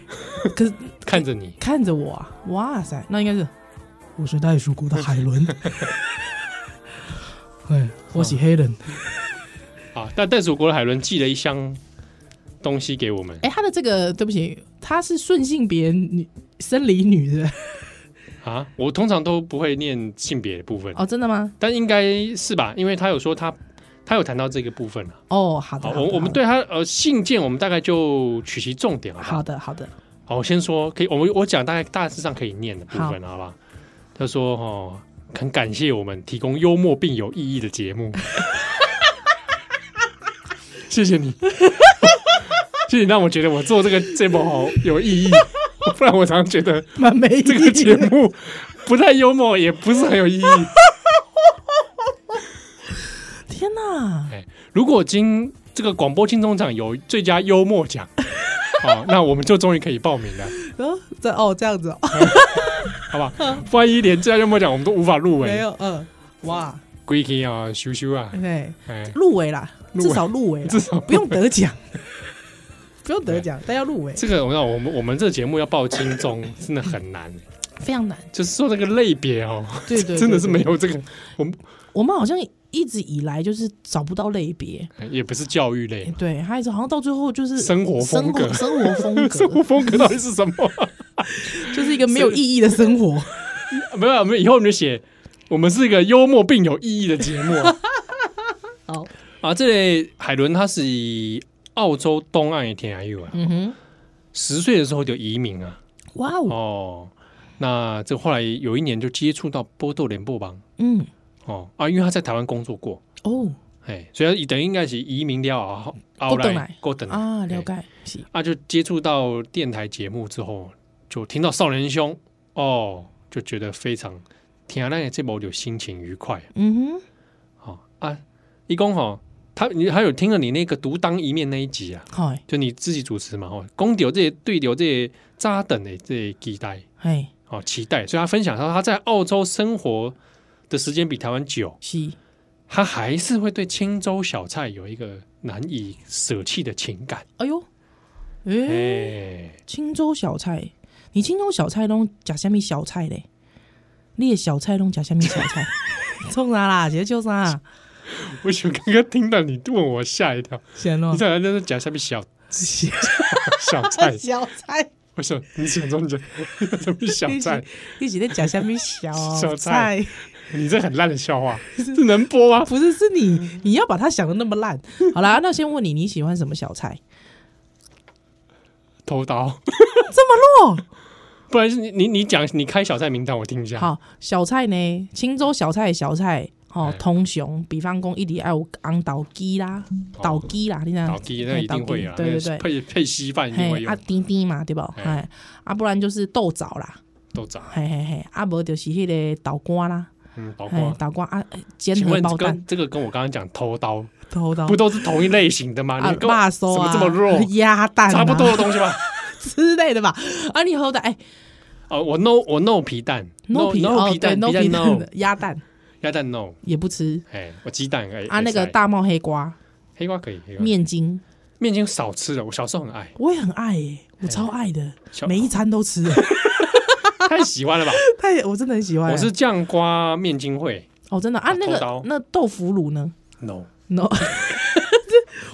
Speaker 3: 可是
Speaker 2: 看着你，
Speaker 3: 看着我啊，哇塞，那应该是我是袋鼠国的海 (laughs) 伦，哎，我是黑人。
Speaker 2: 啊，但袋鼠国的海伦寄了一箱东西给我们
Speaker 3: 哎、他的这个对不起，他是顺性别女生理女的
Speaker 2: 啊。我通常都不会念性别的部分，
Speaker 3: 哦，真的吗？
Speaker 2: 但应该是吧，因为他有说他他有谈到这个部分啊。
Speaker 3: 哦，好的，
Speaker 2: 好，
Speaker 3: 好的
Speaker 2: 我我们对他呃信件，我们大概就取其重点好不好
Speaker 3: 好的好的，
Speaker 2: 好，我先说，可以，我们我讲大概大致上可以念的部分，好吧？他说哦，很感谢我们提供幽默并有意义的节目， (laughs) 谢谢你， (laughs) 谢谢你让我觉得我做这个节目好有意义，不然我常常觉得
Speaker 3: 蛮 (laughs) 没
Speaker 2: 这个节目不太幽默，也不是很有意义。
Speaker 3: 天哪，
Speaker 2: 如果今这个广播金钟奖有最佳幽默奖， (laughs) 好，那我们就终于可以报名了，
Speaker 3: 然后这哦这样子哦，
Speaker 2: 好吧？万一连最佳幽默奖我们都无法入
Speaker 3: 没
Speaker 2: 围，
Speaker 3: 有嗯，哇，
Speaker 2: 归去啊，羞羞啊，
Speaker 3: 对，
Speaker 2: 哎，
Speaker 3: 入围啦，
Speaker 2: 入围
Speaker 3: 至少入围啦，
Speaker 2: 至少
Speaker 3: 不用得 (laughs) 奖，不用得奖，但要入围，
Speaker 2: 这个我让我们我们这节目要报金钟真的很难，
Speaker 3: 非常难，
Speaker 2: 就是说那个类别哦，
Speaker 3: 对 (laughs)
Speaker 2: (laughs)
Speaker 3: 对，
Speaker 2: 真的是
Speaker 3: 对
Speaker 2: 没有这个，
Speaker 3: 我们好像一直以来就是找不到类别，
Speaker 2: 也不是教育类 (laughs)
Speaker 3: 诶，对，还有好像到最后就是
Speaker 2: 生活风格
Speaker 3: 生 (laughs) 活生活风
Speaker 2: 生
Speaker 3: 格
Speaker 2: 活风格到底是什么？
Speaker 3: 就是一个没有意义的生活，
Speaker 2: (laughs) 没有，我们以后我们就写，我们是一个幽默并有意义的节目 (laughs) 啊。
Speaker 3: 好，
Speaker 2: 啊，这类海伦他是以澳洲东岸的天涯友啊，
Speaker 3: 嗯哼，
Speaker 2: 十岁的时候就移民啊，
Speaker 3: 哇哦，
Speaker 2: 哦，那这后来有一年就接触到波豆联播帮
Speaker 3: 嗯，
Speaker 2: 哦啊，因为他在台湾工作过，
Speaker 3: 哦
Speaker 2: 哎，所以等于应该是移民了啊，后
Speaker 3: 嗯过回来
Speaker 2: 过等
Speaker 3: 啊，了
Speaker 2: 嘿
Speaker 3: 解，是，
Speaker 2: 啊，就接触到电台节目之后，就听到少年兄哦，就觉得非常听那这部就心情愉快
Speaker 3: 嗯哼，
Speaker 2: 哦啊，一公哦，他你还有听了你那个独当一面那一集啊，
Speaker 3: 好诶，
Speaker 2: 就你自己主持嘛哦，公丢这些对流这些扎等的这些期待
Speaker 3: 嘿，
Speaker 2: 哦期待，所以他分享到他在澳洲生活的时间比台湾久，
Speaker 3: 是，
Speaker 2: 他还是会对青州小菜有一个难以舍弃的情感，
Speaker 3: 哎呦，
Speaker 2: 哎、
Speaker 3: 诶，青州小菜，你青州小菜拢食虾米小菜嘞？你的小菜拢食虾米小菜？ (laughs) 冲啥啦？直接就啥？
Speaker 2: 我想刚刚听到你问我吓一跳，
Speaker 3: 咸
Speaker 2: 你
Speaker 3: 咯，，
Speaker 2: 在那是啊讲下面小小菜
Speaker 3: 小菜。
Speaker 2: 我想你想说你这什么小
Speaker 3: (laughs)
Speaker 2: 菜？
Speaker 3: 你是，你是在讲什么小
Speaker 2: 小菜
Speaker 3: 菜？
Speaker 2: 你这很烂的笑话，这能播吗？
Speaker 3: (laughs) 不是，是你，你要把它想的那么烂。好啦，那先问你，你喜欢什么小菜？
Speaker 2: 头刀，
Speaker 3: (laughs) 这么
Speaker 2: (laughs) 不然是你你你讲你开小菜名单我听一
Speaker 3: 弱？
Speaker 2: 下。
Speaker 3: 好，小菜呢？青州小菜，小菜哦
Speaker 2: 哎，
Speaker 3: 通雄，比方讲一里爱有昂岛鸡啦，岛鸡啦，你知道
Speaker 2: 哦倒鸡那
Speaker 3: 嘿
Speaker 2: 一定会啊，
Speaker 3: 岛鸡对对
Speaker 2: 那
Speaker 3: 对，
Speaker 2: 配配稀饭一定会
Speaker 3: 嘿啊
Speaker 2: 有
Speaker 3: 丁丁嘛，对不？
Speaker 2: 哎
Speaker 3: 哎，啊不然就是豆枣啦，
Speaker 2: 豆枣
Speaker 3: 嘿嘿嘿，啊无就是迄个豆干啦，
Speaker 2: 嗯，包
Speaker 3: 哎
Speaker 2: 括，
Speaker 3: 打瓜啊，哎煎
Speaker 2: 请
Speaker 3: 荷
Speaker 2: 问
Speaker 3: 包蛋
Speaker 2: 跟这个跟我刚刚讲偷刀，
Speaker 3: 偷刀
Speaker 2: 不都是同一类型的吗？
Speaker 3: 哦啊
Speaker 2: 你，跟我
Speaker 3: 辣
Speaker 2: 什
Speaker 3: 手啊，
Speaker 2: 么这么
Speaker 3: (laughs)
Speaker 2: 弱，
Speaker 3: 鸭蛋啊
Speaker 2: 差不多的东西吧？
Speaker 3: 之类的吧？啊，你后的哎
Speaker 2: 哦，我 no 我 no 皮蛋
Speaker 3: ，no 皮
Speaker 2: no
Speaker 3: 哦，
Speaker 2: 皮
Speaker 3: 对
Speaker 2: 蛋
Speaker 3: ，no
Speaker 2: 皮
Speaker 3: 皮
Speaker 2: 蛋
Speaker 3: 蛋
Speaker 2: no
Speaker 3: 的 (laughs) 鸭蛋
Speaker 2: 鸭蛋 no，
Speaker 3: 也不吃
Speaker 2: 哎，我鸡蛋哎
Speaker 3: 啊，那
Speaker 2: 哎塞
Speaker 3: 个大帽黑瓜
Speaker 2: 黑瓜可以，黑瓜
Speaker 3: 面筋，
Speaker 2: 面筋少吃了，我小时候很爱，
Speaker 3: 我也很爱耶，我超爱的，
Speaker 2: 小
Speaker 3: 每一餐都吃耶，
Speaker 2: (laughs) 太喜欢
Speaker 3: (laughs)
Speaker 2: 了吧？
Speaker 3: 太我真的很喜欢耶。
Speaker 2: 我是酱瓜面筋会
Speaker 3: 哦，真的啊，
Speaker 2: 啊
Speaker 3: 那
Speaker 2: 偷刀
Speaker 3: 个那豆腐乳呢
Speaker 2: no，
Speaker 3: ？no，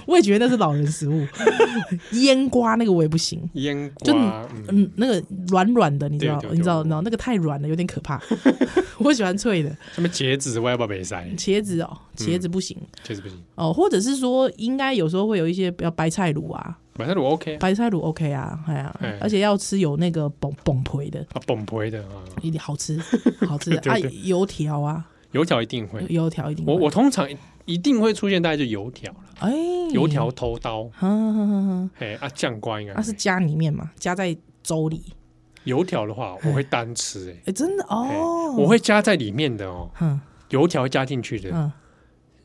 Speaker 3: 我也觉得那是老人食物， (laughs) 腌瓜那个我也不行。
Speaker 2: 腌
Speaker 3: 就
Speaker 2: 瓜嗯
Speaker 3: 嗯，那个软软的，你知道，
Speaker 2: 对对对
Speaker 3: 你知道，你知道那个太软了，有点可怕。 (laughs) 我喜欢脆的，
Speaker 2: 什么茄子我要不要没塞？
Speaker 3: 茄子哦，
Speaker 2: 嗯
Speaker 3: 茄子不行、
Speaker 2: 茄子不行，
Speaker 3: 哦，或者是说，应该有时候会有一些，比较白菜卤啊，
Speaker 2: 白菜我 OK 啊
Speaker 3: 白菜卤 OK 啊，哎呀、
Speaker 2: 哎
Speaker 3: 而且要吃有那个崩崩皮的，
Speaker 2: 啊，崩皮的啊，
Speaker 3: 一定好
Speaker 2: (laughs)
Speaker 3: 吃，好吃
Speaker 2: 对对
Speaker 3: 啊，油条啊，
Speaker 2: 油条一定会
Speaker 3: 油，油条一定会。
Speaker 2: 我我通常一定会出现大概就油条了，
Speaker 3: 哎，
Speaker 2: 油条，头刀，
Speaker 3: 哈哈哈哈，
Speaker 2: 嘿啊酱瓜应该
Speaker 3: 那、
Speaker 2: 会
Speaker 3: 是加里面嘛，加在粥里。
Speaker 2: 油条的话，我会单吃哎
Speaker 3: 哎、真的，
Speaker 2: 嘿
Speaker 3: 哦，
Speaker 2: 我，会加在里面的哦，
Speaker 3: 嗯
Speaker 2: 油条加进去的
Speaker 3: 嗯，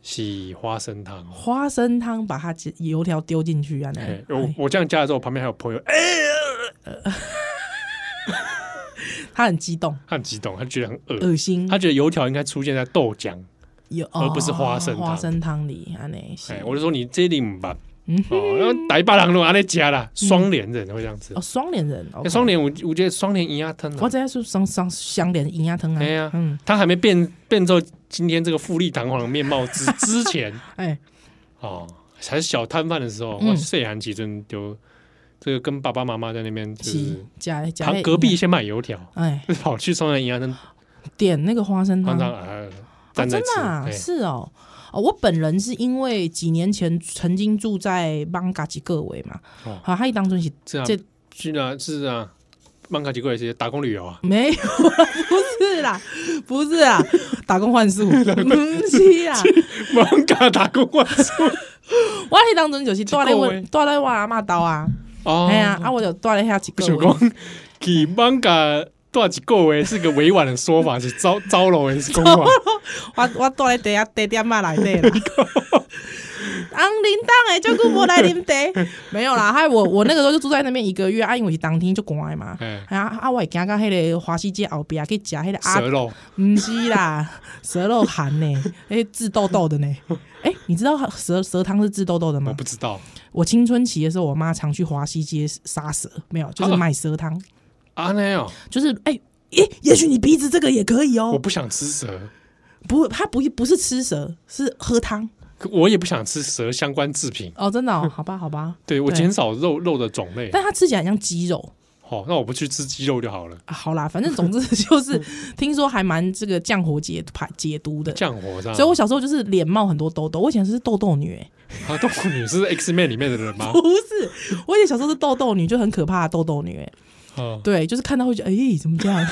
Speaker 2: 洗花生汤哦。
Speaker 3: 花生汤把它加油条丢进去啊，那
Speaker 2: 哎，
Speaker 3: 个
Speaker 2: 我
Speaker 3: 哎
Speaker 2: 我这样加的时候，旁边还有朋友， (coughs) 哎，
Speaker 3: 他很激动，
Speaker 2: 他很激动，他觉得很恶，
Speaker 3: 恶心，
Speaker 2: 他觉得油条应该出现在豆浆。
Speaker 3: 有，
Speaker 2: 而呃不是花生
Speaker 3: 哦
Speaker 2: 汤
Speaker 3: 花生汤里啊，那是
Speaker 2: 哎，我就说你这里唔吧，
Speaker 3: 嗯
Speaker 2: 哦，然后台巴郎都安尼加啦，双连人会这样子
Speaker 3: 哦，。双脸人，
Speaker 2: 哎
Speaker 3: OK
Speaker 2: 双连我我觉得双连一样疼啊
Speaker 3: 我在说双双相连银牙疼啊，
Speaker 2: 哎呀
Speaker 3: 嗯，
Speaker 2: 他还没变变成今天这个富丽堂皇的面貌之之前
Speaker 3: 哎，
Speaker 2: 哦，还是小摊贩的时候，
Speaker 3: 嗯
Speaker 2: 哇，岁寒其中就这个跟爸爸妈妈在那边就是
Speaker 3: 是加加
Speaker 2: 旁隔壁先买油条，
Speaker 3: 哎
Speaker 2: 跑去双连营养灯
Speaker 3: 点那个花生汤
Speaker 2: 当
Speaker 3: 啊，
Speaker 2: 场啊站在
Speaker 3: 真
Speaker 2: 吃
Speaker 3: 的啊
Speaker 2: 哎
Speaker 3: 是哦。哦，我本人是因为几年前曾经住在邦嘎吉各维嘛，
Speaker 2: 哦
Speaker 3: 好，他一当中是
Speaker 2: 是啊
Speaker 3: 这，
Speaker 2: 去啊是啊，曼卡奇怪些打工旅游啊，
Speaker 3: 没有啊，不是啦，不是啦，打工
Speaker 2: (laughs)
Speaker 3: 换宿，不是啊啦，
Speaker 2: 曼卡打工换宿
Speaker 3: 我迄当中就是住咧
Speaker 2: 一个月
Speaker 3: 阮住咧我阿嬷兜啊，
Speaker 2: 哦
Speaker 3: 哎呀，啊我就住咧遐一
Speaker 2: 不
Speaker 3: 个
Speaker 2: 想
Speaker 3: 月，
Speaker 2: 讲给曼卡多几个月是个委婉的说法，是招招楼的是公款，
Speaker 3: 我我住咧地下地点嘛内底
Speaker 2: (laughs)
Speaker 3: 啦。昂铃铛哎，就顾无来啉茶， (laughs) 没有啦。还我我那个时候就住在那边一个月，啊，因为是当天就乖嘛。
Speaker 2: 哎，
Speaker 3: 啊啊，我会行到迄个华西街后壁去食迄个
Speaker 2: 蛇
Speaker 3: 啊，
Speaker 2: 肉
Speaker 3: 毋
Speaker 2: (laughs)
Speaker 3: 是啦，蛇肉寒呢，迄治痘痘的呢。哎、你知道蛇蛇汤是治痘痘的
Speaker 2: 我
Speaker 3: 吗？
Speaker 2: 不知道
Speaker 3: 我青春期的时候，我妈常去华西街杀蛇，没有，
Speaker 2: 哦
Speaker 3: 就是买蛇汤。
Speaker 2: 啊那样哦。
Speaker 3: 就是哎。也也许你鼻子这个也可以
Speaker 2: 我
Speaker 3: 哦，
Speaker 2: 不想吃蛇，
Speaker 3: 不，它不不是吃蛇，是喝汤
Speaker 2: 可我也不想吃蛇相关制品。
Speaker 3: 哦，真的、哦，好吧，好吧，
Speaker 2: 对我
Speaker 3: 对
Speaker 2: 减少肉肉的种类，
Speaker 3: 但它吃起来很像鸡肉
Speaker 2: 好、那我不去吃鸡肉就好了。
Speaker 3: 啊。好啦，反正总之 (laughs) 就是听说还蛮这个降火解排解毒的，
Speaker 2: 降火这样，
Speaker 3: 所以我小时候就是脸冒很多痘痘，我以前是痘痘女、欸，
Speaker 2: 啊，动物女是 X Man 里面的人
Speaker 3: (laughs)
Speaker 2: 吗？
Speaker 3: 不是，我以前小时候是痘痘女，就很可怕的痘痘女、欸，
Speaker 2: 哦，
Speaker 3: 对，就是看到会觉得哎、怎么这 (laughs) 样？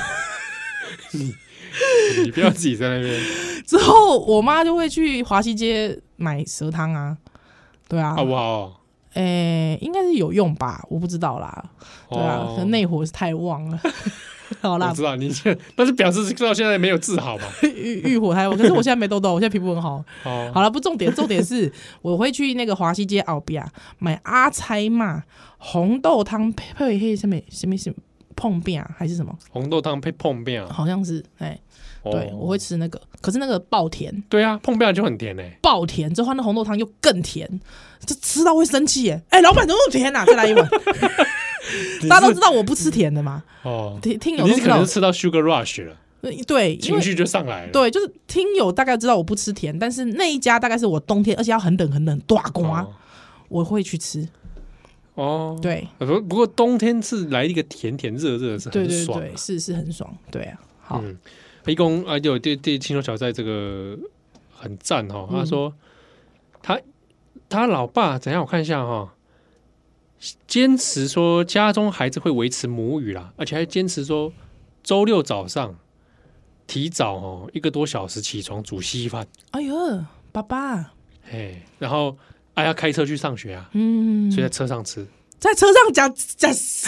Speaker 2: 你不要自己在那边
Speaker 3: 之后我妈就会去华西街买蛇汤啊，对啊，
Speaker 2: 好不好？
Speaker 3: 诶、应该是有用吧，我不知道啦。 (laughs) 对啊，
Speaker 2: 哦
Speaker 3: 可能内火是太旺了。 (laughs) 好
Speaker 2: 我
Speaker 3: 啦
Speaker 2: 知，道你现，但是表示到现在没有治好嘛？
Speaker 3: 欲欲火太旺，可是我现在没痘痘，我现在皮肤很好。
Speaker 2: 哦，
Speaker 3: 好了，不重点，重点是我会去那个华西街奥比亚买阿猜嘛红豆汤配配黑什么什么什么碰饼啊，还是什么，
Speaker 2: 红豆汤配碰面啊，
Speaker 3: 好像是哎、
Speaker 2: 哦
Speaker 3: 对，我会吃那个，可是那个爆甜。
Speaker 2: 对啊，碰面就很甜嘞、
Speaker 3: 爆甜，之后那红豆汤又更甜，这吃到会生气耶！哎、老板怎么那么甜啊？再来
Speaker 2: (laughs)
Speaker 3: 一碗。大家都知道我不吃甜的嘛，
Speaker 2: 哦，
Speaker 3: 听听友
Speaker 2: 你
Speaker 3: 都
Speaker 2: 可
Speaker 3: 知道
Speaker 2: 能是，吃到 Sugar Rush 了，
Speaker 3: 对，因为
Speaker 2: 情绪就上来了。
Speaker 3: 对，就是听友大概知道我不吃甜，但是那一家大概是我冬天，而且要很冷很冷，大瓜、
Speaker 2: 哦，
Speaker 3: 我会去吃。
Speaker 2: 哦，
Speaker 3: 对，
Speaker 2: 不不过冬天是来一个甜甜热热的，是
Speaker 3: 对
Speaker 2: 很
Speaker 3: 对
Speaker 2: 爽、啊。
Speaker 3: 对，是是很爽，对啊。好，
Speaker 2: 嗯，一公啊，有对对青龙小寨这个很赞哈、哦，他说、他他老爸怎样？我看一下哈、哦，坚持说家中孩子会维持母语啦，而且还坚持说周六早上提早哦一个多小时起床煮稀饭，
Speaker 3: 哎呦，爸爸，
Speaker 2: 哎，然后哎呀开车去上学啊，
Speaker 3: 嗯，
Speaker 2: 所以在车上吃。
Speaker 3: 在车上讲讲
Speaker 2: (laughs)
Speaker 3: 稀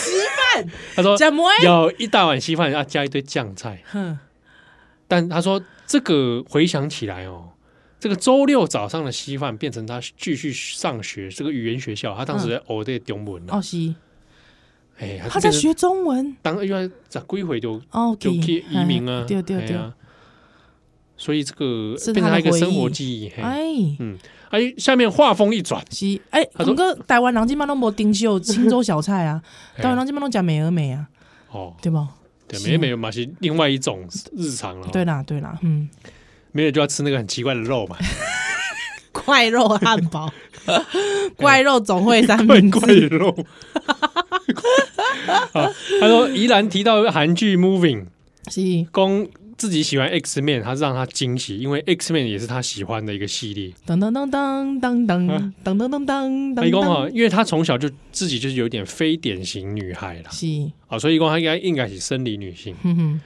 Speaker 3: 饭，
Speaker 2: 他说
Speaker 3: 讲馍，
Speaker 2: 有一大碗稀饭要加一堆酱菜，
Speaker 3: 哼，
Speaker 2: 但他说这个回想起来哦，这个周六早上的稀饭变成他继续上学这个语言学校，他当时在学这个中文啊，
Speaker 3: 哦是，
Speaker 2: 哎、
Speaker 3: 他
Speaker 2: 就变成
Speaker 3: 在学中文
Speaker 2: 当因为咋归回就
Speaker 3: 哦，
Speaker 2: 就去移民啊，
Speaker 3: 对对
Speaker 2: 哎
Speaker 3: 对，
Speaker 2: 呀所以这个
Speaker 3: 是
Speaker 2: 变成
Speaker 3: 他的
Speaker 2: 一个
Speaker 3: 回忆
Speaker 2: 生活记忆。嘿
Speaker 3: 哎。
Speaker 2: 哎，下面话锋一转，
Speaker 3: 是，哎、
Speaker 2: 他
Speaker 3: 欸，
Speaker 2: 说
Speaker 3: 不过台湾人即摆拢无丁秀、青州小菜
Speaker 2: (laughs)
Speaker 3: 啊，
Speaker 2: 哎
Speaker 3: 台湾人即摆拢食美而美啊，
Speaker 2: 哦，
Speaker 3: 对不？
Speaker 2: 对，
Speaker 3: 是
Speaker 2: 没没有嘛，是另外一种日常了。哦
Speaker 3: 对，啦，对啦，嗯，
Speaker 2: 没有就要吃那个很奇怪的肉
Speaker 3: (laughs)
Speaker 2: 嘛， (laughs)
Speaker 3: 怪肉汉堡，怪肉总会三
Speaker 2: 怪 (laughs)
Speaker 3: 明
Speaker 2: 怪
Speaker 3: 治，
Speaker 2: 的肉。啊，他说宜兰提到韩剧《Moving》，
Speaker 3: 是
Speaker 2: 公自己喜欢 X Man，他让他惊喜，因为 X Man 也是他喜欢的一个系列。
Speaker 3: 噔噔噔噔噔
Speaker 2: 啊哎哦
Speaker 3: 噔噔噔噔噔
Speaker 2: 他一共哈，
Speaker 3: 噔，
Speaker 2: 因为他从小就自己就是有点非典型女孩啦，
Speaker 3: 是，
Speaker 2: 啊，所以公他应该应该是生理女性。
Speaker 3: 哼哼，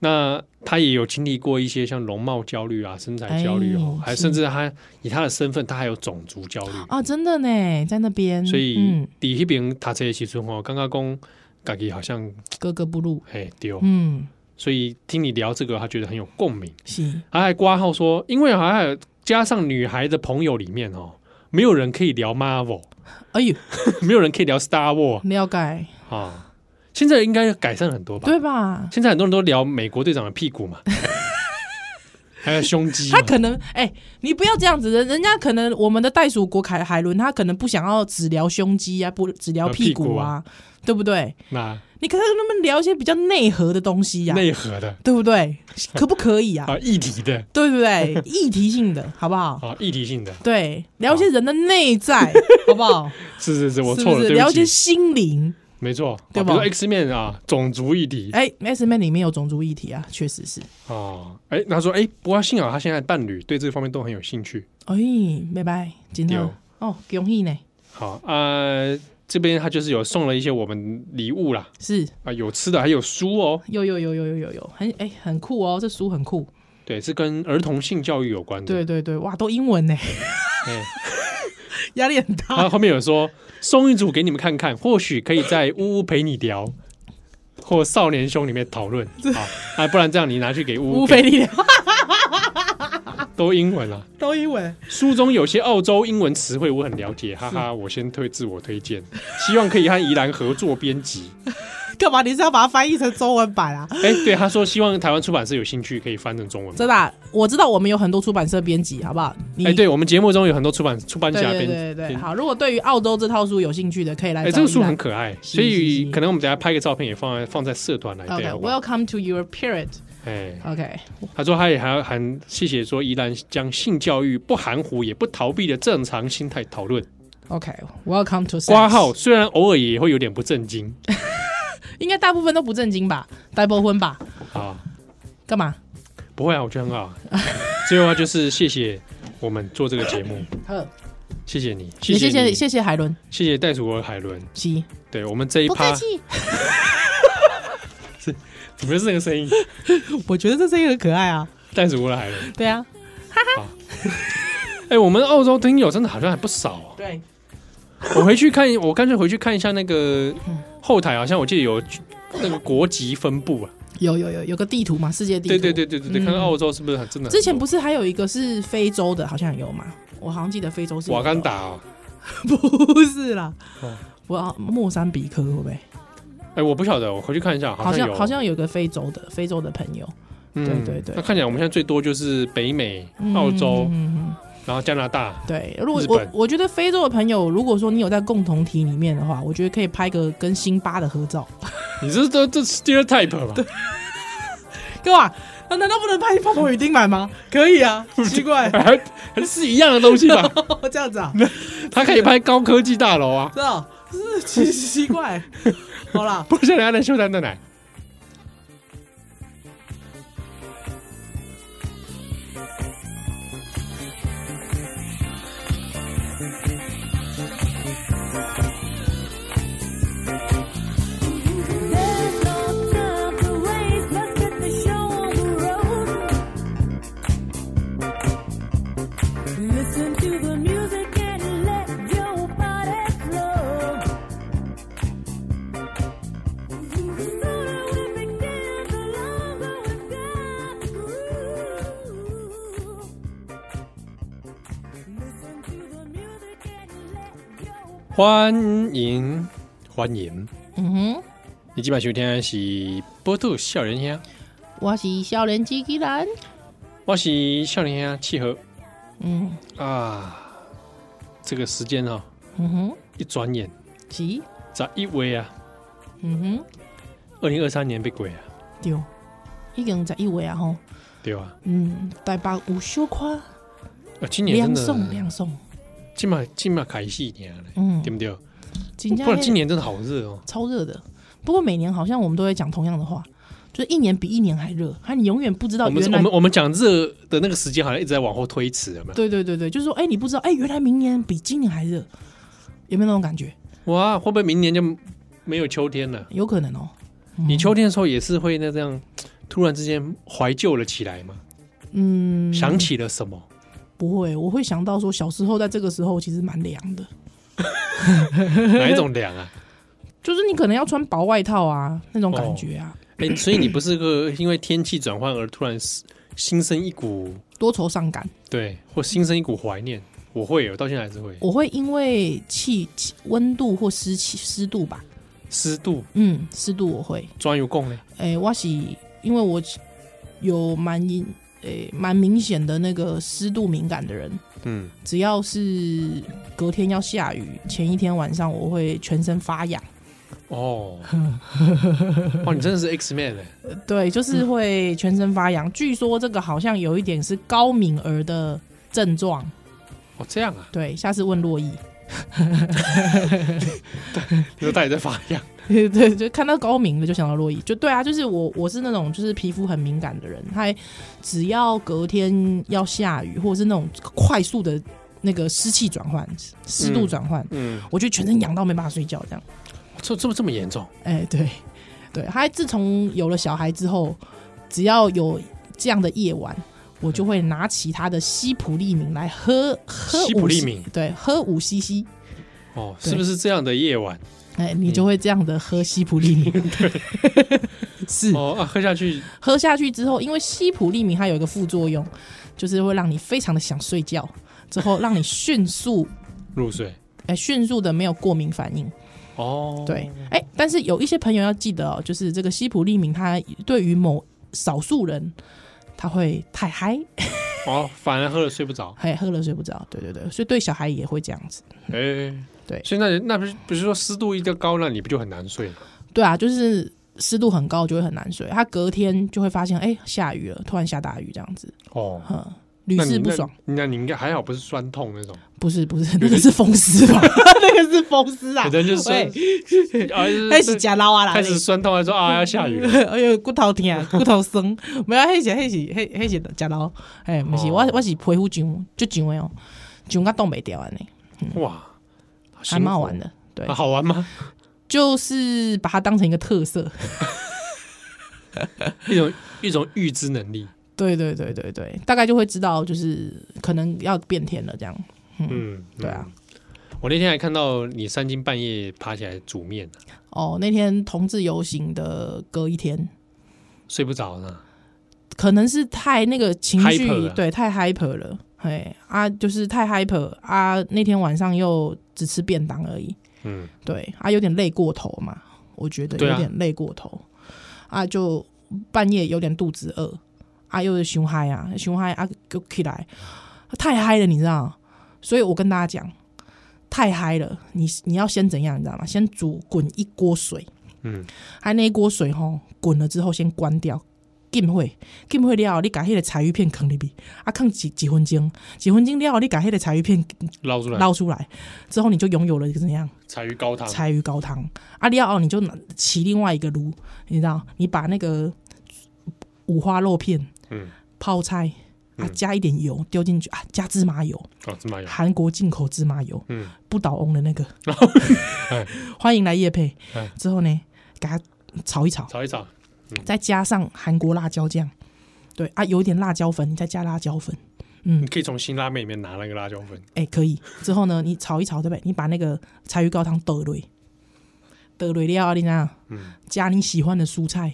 Speaker 2: 那他也有经历过一些像容貌焦虑啊、身材焦虑哦，
Speaker 3: 哎
Speaker 2: 还
Speaker 3: 是
Speaker 2: 甚至他以他的身份，他还有种族焦虑。
Speaker 3: 啊，真的呢，在那边，
Speaker 2: 所以
Speaker 3: 嗯，
Speaker 2: 底迄边读册的时阵吼，刚刚讲自己好像
Speaker 3: 格格不入，
Speaker 2: 嘿丢，
Speaker 3: 嗯，
Speaker 2: 所以听你聊这个，他觉得很有共鸣。
Speaker 3: 是，
Speaker 2: 他还挂号说，因为还有加上女孩的朋友里面哦，没有人可以聊 Marvel， (laughs)
Speaker 3: 哎呦，
Speaker 2: 没有人可以聊 Star War
Speaker 3: 了解，
Speaker 2: 啊。现在应该改善很多吧？
Speaker 3: 对啊吧？
Speaker 2: 现在很多人都聊美国队长的屁股嘛， (laughs) 还有胸肌嘛
Speaker 3: 他。可能哎、你不要这样子，人人家可能我们的袋鼠国凯海伦，他可能不想要只聊胸肌啊，不只聊屁股
Speaker 2: 呃
Speaker 3: 啊，对不对？
Speaker 2: 那
Speaker 3: 你可能能不能聊一些比较内核的东西呀、
Speaker 2: 内核的
Speaker 3: 对不
Speaker 2: (laughs)
Speaker 3: 对？可不可以啊？
Speaker 2: 啊，议题的
Speaker 3: 对不对？议题
Speaker 2: (laughs)
Speaker 3: 性的好不好？
Speaker 2: 啊，议题性的，
Speaker 3: 对，聊一些人的内在，好不好？
Speaker 2: 是是 (laughs) 是，我
Speaker 3: 是
Speaker 2: 错
Speaker 3: 不
Speaker 2: 了，
Speaker 3: 是？
Speaker 2: 对
Speaker 3: 聊
Speaker 2: 不
Speaker 3: 一些
Speaker 2: 起，
Speaker 3: 心灵。
Speaker 2: 没错，啊比
Speaker 3: 对
Speaker 2: 如
Speaker 3: 吧
Speaker 2: 说 X 面啊，种族议题
Speaker 3: 哎，S Man 里面有种族议题啊，确实是。
Speaker 2: 哦，哎，他说，哎，不过幸好他现在伴侣对这方面都很有兴趣。
Speaker 3: 哎，拜拜，今天
Speaker 2: 对
Speaker 3: 哦，恭喜呢，
Speaker 2: 好啊，这边他就是有送了一些我们礼物啦，
Speaker 3: 是
Speaker 2: 啊，有吃的，还有书哦，
Speaker 3: 有有有有有有有，很哎很酷哦，这书很酷。
Speaker 2: 对，是跟儿童性教育有关的。
Speaker 3: 对，对对，哇，都英文呢，
Speaker 2: 哎，
Speaker 3: (laughs) 压力很
Speaker 2: 他
Speaker 3: 大。
Speaker 2: 后面有说送一组给你们看看，或许可以在呜呜陪你聊。 (laughs) 或少年兄里面讨论啊，啊，不然这样你拿去给呜
Speaker 3: 乌
Speaker 2: 呜给
Speaker 3: 菲力量
Speaker 2: 都英文啊。
Speaker 3: 都英文，
Speaker 2: 书中有些澳洲英文词汇我很了解，哈哈，我先推自我推荐，希望可以和宜兰合作编辑。
Speaker 3: 干嘛？你是要把它翻译成中文版啊？
Speaker 2: 哎、对，他说希望台湾出版社有兴趣可以翻成中文。
Speaker 3: 真的啊、我知道我们有很多出版社编辑，好不好？你
Speaker 2: 哎、对我们节目中有很多出版出版
Speaker 3: 对
Speaker 2: 社
Speaker 3: 对
Speaker 2: 编
Speaker 3: 对对，
Speaker 2: 编
Speaker 3: 好。如果对于澳洲这套书有兴趣的，可以来
Speaker 2: 哎、
Speaker 3: 找
Speaker 2: 这个书
Speaker 3: 依兰
Speaker 2: 很可爱，
Speaker 3: 是
Speaker 2: 所以
Speaker 3: 是是
Speaker 2: 可能我们等一下拍个照片也放在放在社团来。对啊，我
Speaker 3: OK，Welcome、to your period。
Speaker 2: 哎，
Speaker 3: OK，
Speaker 2: 他说他也还要含谢谢说宜兰将性教育不含糊也不逃避的正常心态讨论。
Speaker 3: OK，Welcome、to sex
Speaker 2: 挂号，虽然偶尔也会有点不正经
Speaker 3: 应该大部分都不正经吧？带波婚吧？
Speaker 2: 啊， (laughs)
Speaker 3: 干嘛？
Speaker 2: 不会啊，我觉得很好
Speaker 3: (laughs)
Speaker 2: 啊。最后啊，就是谢谢我们做这个节目，
Speaker 3: 呵，
Speaker 2: 谢谢你，谢
Speaker 3: 也谢
Speaker 2: 谢
Speaker 3: 谢
Speaker 2: 你
Speaker 3: 谢谢海伦，
Speaker 2: 谢谢袋鼠和海伦。
Speaker 3: 七
Speaker 2: 对我们 (laughs) 这一
Speaker 3: 不客
Speaker 2: 趴，
Speaker 3: 气。
Speaker 2: 怎么又是那个声音？
Speaker 3: (laughs) 我觉得这声音很可爱啊。
Speaker 2: 袋鼠和海伦。
Speaker 3: 对啊，
Speaker 2: 哎、我们澳洲听友真的好像还不少啊。
Speaker 3: 对，
Speaker 2: (laughs) 我回去看，我干脆回去看一下那个
Speaker 3: 嗯
Speaker 2: 后台，好像我记得有那个国籍分
Speaker 3: (laughs)
Speaker 2: 布啊。
Speaker 3: 有有有有个地图嘛，世界地图。
Speaker 2: 对对对对对对，
Speaker 3: 嗯
Speaker 2: 看看澳洲是不是很真的很多？
Speaker 3: 之前不是还有一个是非洲的，好像有嘛？我好像记得非洲是有
Speaker 2: 瓦干达哦，
Speaker 3: (laughs) 不是啦
Speaker 2: 哦，
Speaker 3: 我要莫桑比克会不会？
Speaker 2: 哎、我不晓得，我回去看一下，
Speaker 3: 好
Speaker 2: 像
Speaker 3: 像
Speaker 2: 有，
Speaker 3: 好像有个非洲的非洲的朋友，
Speaker 2: 嗯
Speaker 3: 对对对
Speaker 2: 那看起来我们现在最多就是北美、澳洲，
Speaker 3: 嗯，
Speaker 2: 然后加拿大。
Speaker 3: 对。如果
Speaker 2: 日
Speaker 3: 我
Speaker 2: 本
Speaker 3: 我觉得非洲的朋友，如果说你有在共同体里面的话，我觉得可以拍个跟辛巴的合照， (laughs)
Speaker 2: 你这这这 stereotype 吧？ (laughs)
Speaker 3: 干嘛？那难道不能拍泡泡与丁
Speaker 2: (laughs)
Speaker 3: 满吗？可以啊，奇怪， (laughs)
Speaker 2: 还还是一样的东西吧？
Speaker 3: 这样
Speaker 2: (laughs)
Speaker 3: 子啊，
Speaker 2: 他可以拍高科技大楼啊！
Speaker 3: 知道 (laughs) 是奇奇怪。
Speaker 2: (laughs)
Speaker 3: 好啦，
Speaker 2: 不是人家的秀蛋蛋奶。
Speaker 1: There's no time to waste. Let's get the show on the road. Listen to the music and let your body flow.
Speaker 2: 欢迎欢迎，
Speaker 3: 嗯哼，
Speaker 2: 你今晚收听的是波特笑人兄，
Speaker 3: 我是少年机器人，
Speaker 2: 我是笑人兄契合
Speaker 3: 嗯
Speaker 2: 啊。这个时间哦，
Speaker 3: 嗯哼，
Speaker 2: 一转眼
Speaker 3: 是，
Speaker 2: 咋一月啊？
Speaker 3: 嗯哼，
Speaker 2: 二零二三年被鬼啊，
Speaker 3: 对，已经十一月啊吼，
Speaker 2: 对吧、
Speaker 3: 嗯，台北有小夸
Speaker 2: 啊？今年真
Speaker 3: 凉爽
Speaker 2: 的，
Speaker 3: 凉爽，
Speaker 2: 今晚今晚开戏年嘞，
Speaker 3: 嗯
Speaker 2: 对，不对？
Speaker 3: 真
Speaker 2: 不然今
Speaker 3: 正
Speaker 2: 年真的好热哦。
Speaker 3: 超热的。不过每年好像我们都会讲同样的话，就是一年比一年还热，还你永远不知道
Speaker 2: 我们
Speaker 3: 原
Speaker 2: 我
Speaker 3: 来
Speaker 2: 们我们讲热的那个时间好像一直在往后推迟，有没有？
Speaker 3: 对对对对，就是说，哎、你不知道，哎、原来明年比今年还热，有没有那种感觉？
Speaker 2: 哇，会不会明年就没有秋天了？
Speaker 3: 有可能哦。
Speaker 2: 你秋天的时候也是会那这样，突然之间怀旧了起来嘛？
Speaker 3: 嗯，
Speaker 2: 想起了什么？
Speaker 3: 不会，我会想到说，小时候在这个时候其实蛮凉的，
Speaker 2: 哪一种凉啊？
Speaker 3: 就是你可能要穿薄外套啊，那种感觉啊，
Speaker 2: 哎、所以你不是 (clears throat) 个因为天气转换而突然是心生一股
Speaker 3: 多愁善感。
Speaker 2: 对，或心生一股怀念？我会，我到现在还是会。
Speaker 3: 我会因为气气温度或湿气湿度吧，
Speaker 2: 湿度
Speaker 3: 嗯，湿度我会，
Speaker 2: 专有供呢？
Speaker 3: 哎、我是因为我有蛮明，哎、蛮明显的那个湿度敏感的人，
Speaker 2: 嗯，
Speaker 3: 只要是隔天要下雨，前一天晚上我会全身发痒。
Speaker 2: (laughs) 哦，哇，你真的是 X Man 哎、
Speaker 3: 对，就是会全身发痒。据说这个好像有一点是高敏儿的症状。
Speaker 2: 哦，这样啊，
Speaker 3: 对，下次问洛伊。
Speaker 2: 你说到底在发痒？
Speaker 3: 对，就看到高敏了就想到洛伊。就对啊，就是我我是那种就是皮肤很敏感的人，他只要隔天要下雨，或者是那种快速的那个湿气转换、湿度
Speaker 2: 嗯
Speaker 3: 转换，
Speaker 2: (laughs) 嗯，
Speaker 3: 我就全身痒到没办法睡觉这样。
Speaker 2: 这这么这么严重？
Speaker 3: 哎、对，对，他自从有了小孩之后，只要有这样的夜晚，我就会拿起他的西普利敏来喝喝
Speaker 2: 西普利
Speaker 3: 5
Speaker 2: 敏
Speaker 3: 对，喝五 CC，
Speaker 2: 哦，
Speaker 3: 对
Speaker 2: 是不是这样的夜 (laughs) 晚？
Speaker 3: 哎、你就会这样的喝西普利敏，是
Speaker 2: 哦啊，喝下去
Speaker 3: 喝下去之后，因为西普利敏它有一个副作用，就是会让你非常的想睡觉，之后让你迅速
Speaker 2: 入睡
Speaker 3: 哎、迅速的没有过敏反应。
Speaker 2: 哦，
Speaker 3: 对，哎、但是有一些朋友要记得哦，就是这个西普利敏，它对于某少数人，他会太嗨，
Speaker 2: 哦，反而喝了睡不 (laughs) 着。
Speaker 3: 还喝了睡不着。对对对，所以对小孩也会这样子。
Speaker 2: 哎、
Speaker 3: 对
Speaker 2: 所以那那不是不是说湿度一较高，那你不就很难睡吗？
Speaker 3: 对啊，就是湿度很高就会很难睡，他隔天就会发现，哎、下雨了，突然下大雨这样子，
Speaker 2: 哦，
Speaker 3: 哼，屡试不爽。
Speaker 2: 那你。那你应该还好，不是酸痛那种。
Speaker 3: 不是不是，那个是风湿吧？那个是风湿啊
Speaker 2: 有！的人就酸
Speaker 3: 喂，
Speaker 2: (laughs) 啊，就是
Speaker 3: 开始夹捞啊啦，
Speaker 2: 开始酸痛，还说
Speaker 3: (laughs)
Speaker 2: 啊要下雨了。嗯
Speaker 3: 哎呦，骨头疼，骨头酸，没有，啊迄是迄是迄迄是食老，哎，不是，
Speaker 2: 哦
Speaker 3: 我我是皮肤痒，就痒的哦，痒到冻袂掉安尼，
Speaker 2: 哇，
Speaker 3: 还蛮好玩的。对
Speaker 2: 辛哦苦、啊好玩吗？ (laughs)
Speaker 3: 就是把它当成一个特色。 (laughs)
Speaker 2: 一种一种预知能力。
Speaker 3: 对对对对对，大概就会知道，就是可能要变天了这样。
Speaker 2: 嗯，
Speaker 3: 对啊
Speaker 2: 嗯。我那天还看到你三更半夜爬起来煮面，
Speaker 3: 哦，那天同志游行的隔一天，
Speaker 2: 睡不着呢。
Speaker 3: 可能是太那个情
Speaker 2: Hyper
Speaker 3: 绪
Speaker 2: 了，
Speaker 3: 对，太 hyper 了。哎啊，就是太 hyper 啊！那天晚上又只吃便当而已，
Speaker 2: 嗯，
Speaker 3: 对啊，有点累过头嘛，我觉得
Speaker 2: 对啊
Speaker 3: 有点累过头啊就半夜有点肚子饿啊，又是熊嗨啊，熊嗨啊，又起来，啊太嗨了，你知道？所以我跟大家讲，太嗨了，你你要先怎样，你知道吗？先煮滚一锅水，
Speaker 2: 嗯，
Speaker 3: 还那一锅水吼滚了之后先关掉。浸会，浸会了后，你把迄个柴鱼片放里边，啊，放几几分钟，几分钟了后，你把迄个柴鱼片
Speaker 2: 捞出来
Speaker 3: 捞出来，之后你就拥有了一个怎样？
Speaker 2: 柴鱼高汤，
Speaker 3: 柴鱼高汤。阿里奥，你就拿起另外一个炉，你知道，你把那个五花肉片、
Speaker 2: 嗯，
Speaker 3: 泡菜啊，
Speaker 2: 嗯
Speaker 3: 加一点油丢进去啊，加芝麻油，
Speaker 2: 哦，芝麻油，
Speaker 3: 韩国进口芝麻油，
Speaker 2: 嗯，
Speaker 3: 不倒翁的那
Speaker 2: (laughs)
Speaker 3: 个
Speaker 2: 哎。
Speaker 3: 欢迎来夜配
Speaker 2: 哎。
Speaker 3: 之后呢，给它炒一炒，
Speaker 2: 炒一炒，
Speaker 3: 再加上韩国辣椒酱，对啊，有一点辣椒粉，你再加辣椒粉。嗯
Speaker 2: 你，可以从辛拉面里面拿那个辣椒粉，
Speaker 3: 哎、可以。之后呢，你炒一炒，对不对？你把那个柴鱼高汤倒落，倒落了后，你知道？
Speaker 2: 嗯，
Speaker 3: 加你喜欢的蔬菜，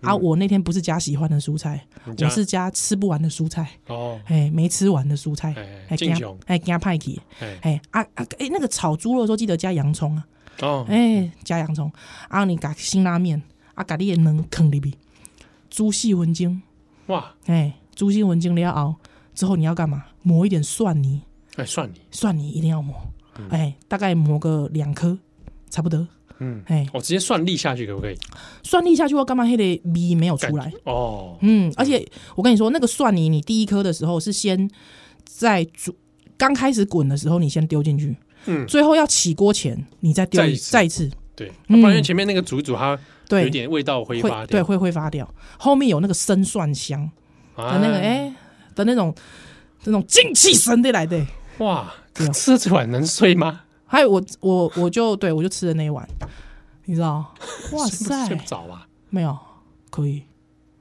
Speaker 3: 啊，
Speaker 2: 嗯
Speaker 3: 我那天不是加喜欢的蔬菜，
Speaker 2: 你
Speaker 3: 我
Speaker 2: 家
Speaker 3: 是加吃不完的蔬菜，
Speaker 2: 哦，
Speaker 3: 哎，没吃完的蔬菜，
Speaker 2: 哎，
Speaker 3: 哎，
Speaker 2: 敬
Speaker 3: 惊
Speaker 2: 雄，
Speaker 3: 哎，给他派去，
Speaker 2: 哎，
Speaker 3: 哎啊啊，哎，那个炒猪肉的时候记得加洋葱啊，
Speaker 2: 哦，
Speaker 3: 哎，加洋葱，啊，你加辛拉面，啊，把你的能啃里边，猪细魂精，
Speaker 2: 哇，
Speaker 3: 哎，猪细魂精你要熬，之后你要干嘛？抹一点蒜泥，
Speaker 2: 哎，算你，
Speaker 3: 蒜泥一定要抹，哎，大概抹个两颗，差不多，
Speaker 2: 嗯，
Speaker 3: 哎，
Speaker 2: 我直接算力下去可不可以？
Speaker 3: 蒜粒下去后干嘛？黑的米没有出来
Speaker 2: 感，觉哦，
Speaker 3: 嗯，而且我跟你说，那个蒜泥，你第一颗的时候是先在煮，刚开始滚的时候，你先丢进去，
Speaker 2: 嗯，
Speaker 3: 最后要起锅前，你再丢
Speaker 2: 再一
Speaker 3: 一
Speaker 2: 次
Speaker 3: 再一次，
Speaker 2: 对，那不然因为
Speaker 3: 嗯
Speaker 2: 前面那个煮一煮它有
Speaker 3: 对
Speaker 2: 一，点味道挥发
Speaker 3: 会对
Speaker 2: 掉，
Speaker 3: 会挥发掉，后面有那个生蒜香
Speaker 2: 啊
Speaker 3: 的那个哎、的那种那种精气神的来的，
Speaker 2: 哇，
Speaker 3: 对啊
Speaker 2: 吃这碗能睡吗？
Speaker 3: 还有我我我就对我就吃了那一碗，你
Speaker 2: (laughs)
Speaker 3: 知道？
Speaker 2: 睡
Speaker 3: 哇
Speaker 2: 不
Speaker 3: 塞
Speaker 2: 睡，不着啊，
Speaker 3: 没有可以，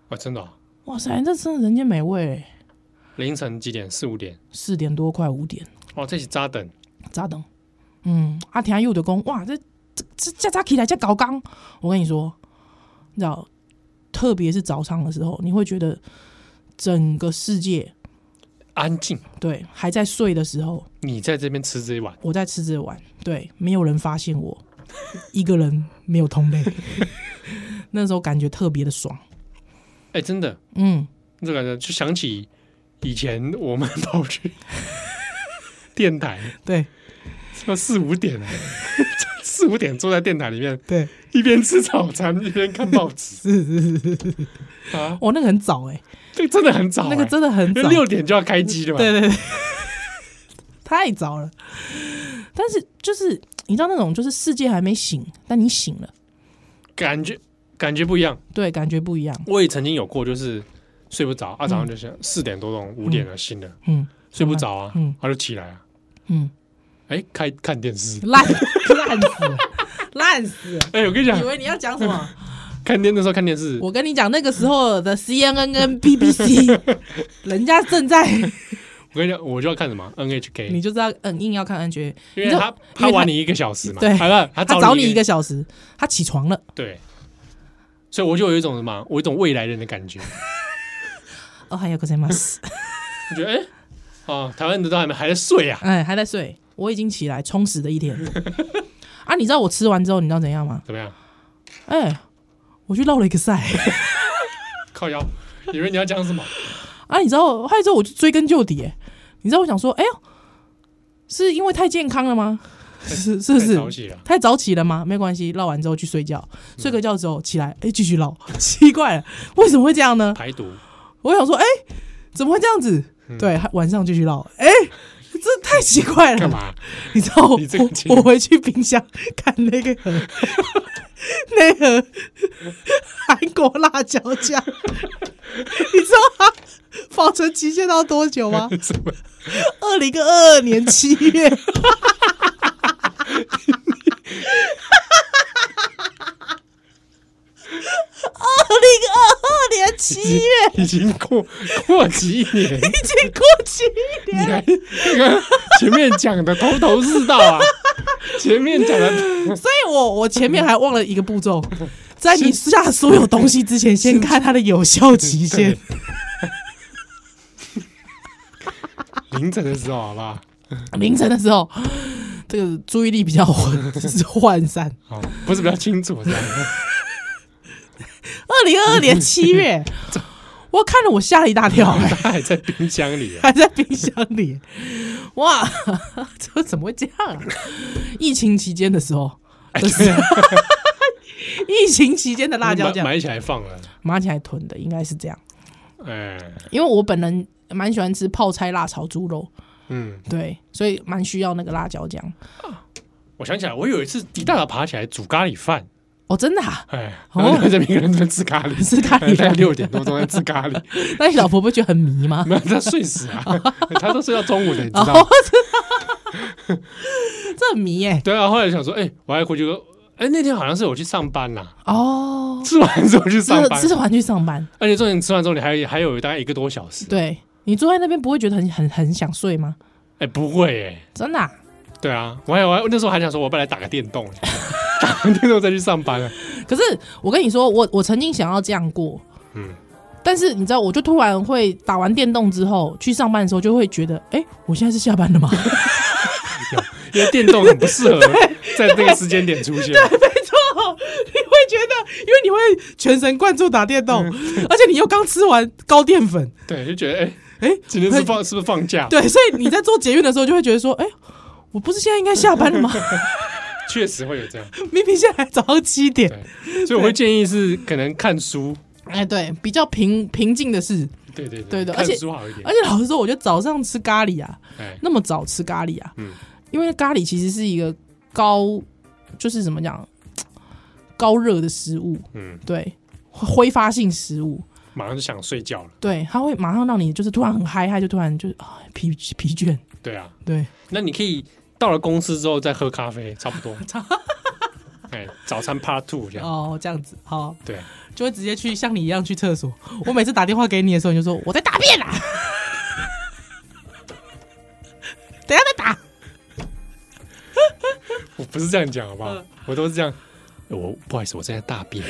Speaker 2: 哇，真的哦，
Speaker 3: 哇塞，这真的人间美味，欸
Speaker 2: 凌晨几点？四五点，
Speaker 3: 四点多快五点。
Speaker 2: 哦，这是扎等，
Speaker 3: 咋等？嗯，啊，听又就讲，哇，这这这这早起来这搞刚，我跟你说，你知道，特别是早上的时候，你会觉得整个世界
Speaker 2: 安静，
Speaker 3: 对还在睡的时候，
Speaker 2: 你在这边吃这一碗，
Speaker 3: 我在吃这碗，对，没有人发现我，一个人没有同类， (laughs) 那时候感觉特别的爽，
Speaker 2: 哎，真的，
Speaker 3: 嗯，
Speaker 2: 这感觉就想起以前我们跑去 (laughs) 电台，
Speaker 3: 对
Speaker 2: 说四五点啊， (laughs) 四五点坐在电台里面，
Speaker 3: 对，
Speaker 2: 一边吃早餐一边看报纸
Speaker 3: (laughs) 是是是是，
Speaker 2: 啊，
Speaker 3: 哦，那个很早哎、
Speaker 2: 这个真的很早欸，
Speaker 3: 那个真的很
Speaker 2: 因
Speaker 3: 早
Speaker 2: 为，六点就要开机了嘛，
Speaker 3: 对对对， (laughs) 太早了。但是就是你知道那种就是世界还没醒，但你醒了，
Speaker 2: 感觉感觉不一样。
Speaker 3: 对，感觉不一样。
Speaker 2: 我也曾经有过，就是睡不着啊，早上就是四点多钟、五点了醒了，
Speaker 3: 嗯
Speaker 2: 睡不着啊，
Speaker 3: 嗯
Speaker 2: 他就起来啊，
Speaker 3: 嗯，
Speaker 2: 哎，开看电视， (laughs)
Speaker 3: 烂 (laughs) 烂死了，烂死了。
Speaker 2: 哎，我跟你讲
Speaker 3: 以，为你要讲什么？
Speaker 2: 看电那时候看电视，
Speaker 3: (laughs) 我跟你讲，那个时候的 CNN
Speaker 2: (laughs)
Speaker 3: 跟 BBC，人家正在，
Speaker 2: 我跟你讲，我就要看什么
Speaker 3: 你
Speaker 2: NHK，
Speaker 3: 就知道，嗯，硬要看 N H，
Speaker 2: 因
Speaker 3: 你
Speaker 2: 为
Speaker 3: 知道
Speaker 2: 他他
Speaker 3: 因为
Speaker 2: 晚你一个小时嘛，
Speaker 3: 对
Speaker 2: 好了，他
Speaker 3: 他找
Speaker 2: 你
Speaker 3: 你一个小时，他起床了，
Speaker 2: 对，所以我就有一种什么，我有一种未来人的感觉，
Speaker 3: 哦，还有个什么？
Speaker 2: 我觉得哎。哦，台湾人都还没还在睡啊？
Speaker 3: 哎，还在睡，我已经起来，充实的一天。
Speaker 2: (laughs)
Speaker 3: 啊，你知道我吃完之后，你知道怎样吗？
Speaker 2: 怎么样？
Speaker 3: 哎、我去绕了一个赛。 (laughs)
Speaker 2: 靠腰，以为你要讲什么？
Speaker 3: 啊，你知道，还有之后我就追根究底、哎，你知道我想说，哎呦，是因为太健康了吗？是是不
Speaker 2: (laughs) 太早
Speaker 3: 是？
Speaker 2: 起了，嗯
Speaker 3: 太早起了吗？没关系，绕完之后去睡觉，睡个觉之后起来，哎、继续绕。 (laughs) 奇怪了，为什么会这样呢？
Speaker 2: 排毒
Speaker 3: 我想说，哎、怎么会这样子？
Speaker 2: 嗯
Speaker 3: 对，还晚上继续绕，哎、这太奇怪了。
Speaker 2: 干嘛？ (laughs)
Speaker 3: 你知道我
Speaker 2: 你这个经
Speaker 3: 我我回去冰箱看那个 (laughs) 那个韩国辣椒酱，你知道它保存期限到多久吗？
Speaker 2: 什么？
Speaker 3: 二零二二年七
Speaker 2: (laughs)
Speaker 3: 月。二零二二年七月
Speaker 2: 已经过过几年，
Speaker 3: 已经过期了，
Speaker 2: 你还那个前面讲的头头是道
Speaker 3: (laughs)
Speaker 2: 啊，前面讲的
Speaker 3: 所以我我前面还忘了一个步
Speaker 2: (laughs)
Speaker 3: 骤，在你下所有东西之前，先看它的有效期限。
Speaker 2: (laughs) 凌晨的时候，好不好？
Speaker 3: 凌晨的时候，这个注意力比较 (laughs) 涣涣散。
Speaker 2: 好，哦不是比较清楚这样。
Speaker 3: 二零二二年
Speaker 2: (laughs)
Speaker 3: 七月，我看了我吓了一大跳、 (laughs) 哎
Speaker 2: 他还在冰箱里啊，
Speaker 3: 还在冰箱里。哇， (laughs) 这怎么会这样啊？疫情期间的时候，
Speaker 2: 哎
Speaker 3: 就是 (laughs) 疫情期间的辣椒酱
Speaker 2: 买买起来放了。
Speaker 3: 买起来囤的，应该是这样。
Speaker 2: 哎，
Speaker 3: 因为我本人蛮喜欢吃泡菜辣炒猪肉。
Speaker 2: 嗯，
Speaker 3: 对，所以蛮需要那个辣椒酱。
Speaker 2: 我想起来，我有一次一大早爬起来煮咖喱饭，
Speaker 3: 哦，真的、啊， (laughs)
Speaker 2: 哎，
Speaker 3: 哦
Speaker 2: 然后在这边一个人在那边吃咖喱，哎
Speaker 3: 吃咖
Speaker 2: (laughs)
Speaker 3: 喱
Speaker 2: 大概六点多钟在吃咖
Speaker 3: (laughs)
Speaker 2: 喱，
Speaker 3: 那你老婆不觉得很迷吗？
Speaker 2: 没有他睡死
Speaker 3: (laughs)
Speaker 2: 啊，他都睡到中午了，你知道吗
Speaker 3: 哦？， (laughs) 这很迷耶、
Speaker 2: 对啊，后来想说，哎，我还回去说，哎，那天好像是我去上班啦，
Speaker 3: 哦，
Speaker 2: (laughs) 吃完之后去上班
Speaker 3: (laughs) 吃，吃完去上班，
Speaker 2: 而且重点吃完之后，你还还有大概一个多小时。
Speaker 3: 对你坐在那边不会觉得很很很想睡吗？
Speaker 2: 哎、不会哎、
Speaker 3: 真的啊、
Speaker 2: 对啊，我还我还那时候还想说，我本来打个电动，打个电动再去上班啊，
Speaker 4: 可是我跟你说，我我曾经想要这样过，
Speaker 2: 嗯，
Speaker 4: 但是你知道，我就突然会打完电动之后去上班的时候，就会觉得，哎、我现在是下班了吗？
Speaker 2: 因为电动很不适合在那个时间点出现。
Speaker 3: (laughs) 你会觉得，因为你会全神贯注打电动，而且你又刚吃完高淀粉，
Speaker 2: 对，就觉得哎
Speaker 3: 哎、
Speaker 2: 今天是放是不是放假？
Speaker 3: 对，所以你在做捷运的时候就会觉得说，哎、我不是现在应该下班了 (laughs) 吗？
Speaker 2: 确实会有这样。
Speaker 3: 明明现在早上七点。
Speaker 2: 所以我会建议是可能看书，
Speaker 3: 哎，对，比较平平静的事。
Speaker 2: 对对
Speaker 3: 对的而
Speaker 2: 看
Speaker 3: 且
Speaker 2: 书好一点
Speaker 3: 而。且老实说，我觉得早上吃咖喱啊，
Speaker 2: 哎，
Speaker 3: 那么早吃咖喱啊，
Speaker 2: 嗯
Speaker 3: 因为咖喱其实是一个高，就是怎么讲，高热的食物，
Speaker 2: 嗯，
Speaker 3: 对，挥发性食物，
Speaker 2: 马上就想睡觉了。
Speaker 3: 对，它会马上让你就是突然很嗨嗨，就突然就、啊疲疲倦，
Speaker 2: 对啊，
Speaker 3: 对，
Speaker 2: 那你可以到了公司之后再喝咖啡，差
Speaker 3: (laughs)
Speaker 2: 不多。哎，早餐 Part Two 这样。
Speaker 3: 哦，这样子，好，
Speaker 2: 对，
Speaker 3: 就会直接去像你一样去厕所。我每次打电话给你的时候，你就说我在啊大便啦，等一下再打。
Speaker 2: 我不是这样讲好不好
Speaker 3: 嗯？
Speaker 2: 我都是这样。呃我不好意思，我正在大
Speaker 3: (laughs)
Speaker 2: 便。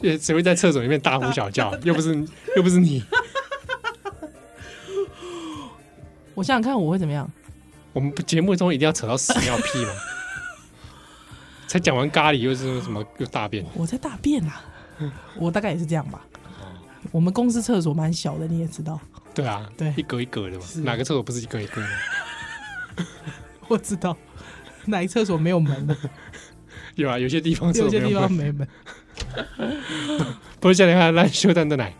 Speaker 2: 对，谁会在厕所里面大呼小叫？又不是又不是你，
Speaker 3: 我想想看我会怎么样？
Speaker 2: 我们节目中一定要扯到屎尿屁
Speaker 3: (laughs)
Speaker 2: 吗？才讲完咖喱又是什么又大便？
Speaker 3: 我在大便啦，我大概也是这样吧。我们公司厕所蛮小的，你也知道，
Speaker 2: 对啊，
Speaker 3: 对
Speaker 2: 一格一格的嘛，
Speaker 3: 是
Speaker 2: 哪个厕所不是一格一格的？
Speaker 3: 我知道哪一厕所没有门的，
Speaker 2: 有啊，有些地方厕
Speaker 3: 有
Speaker 2: 所
Speaker 3: 些
Speaker 2: 没
Speaker 3: 地
Speaker 2: 有
Speaker 3: 方
Speaker 2: 门。
Speaker 3: 没门。
Speaker 2: 不是夏天看烂修蛋的奶，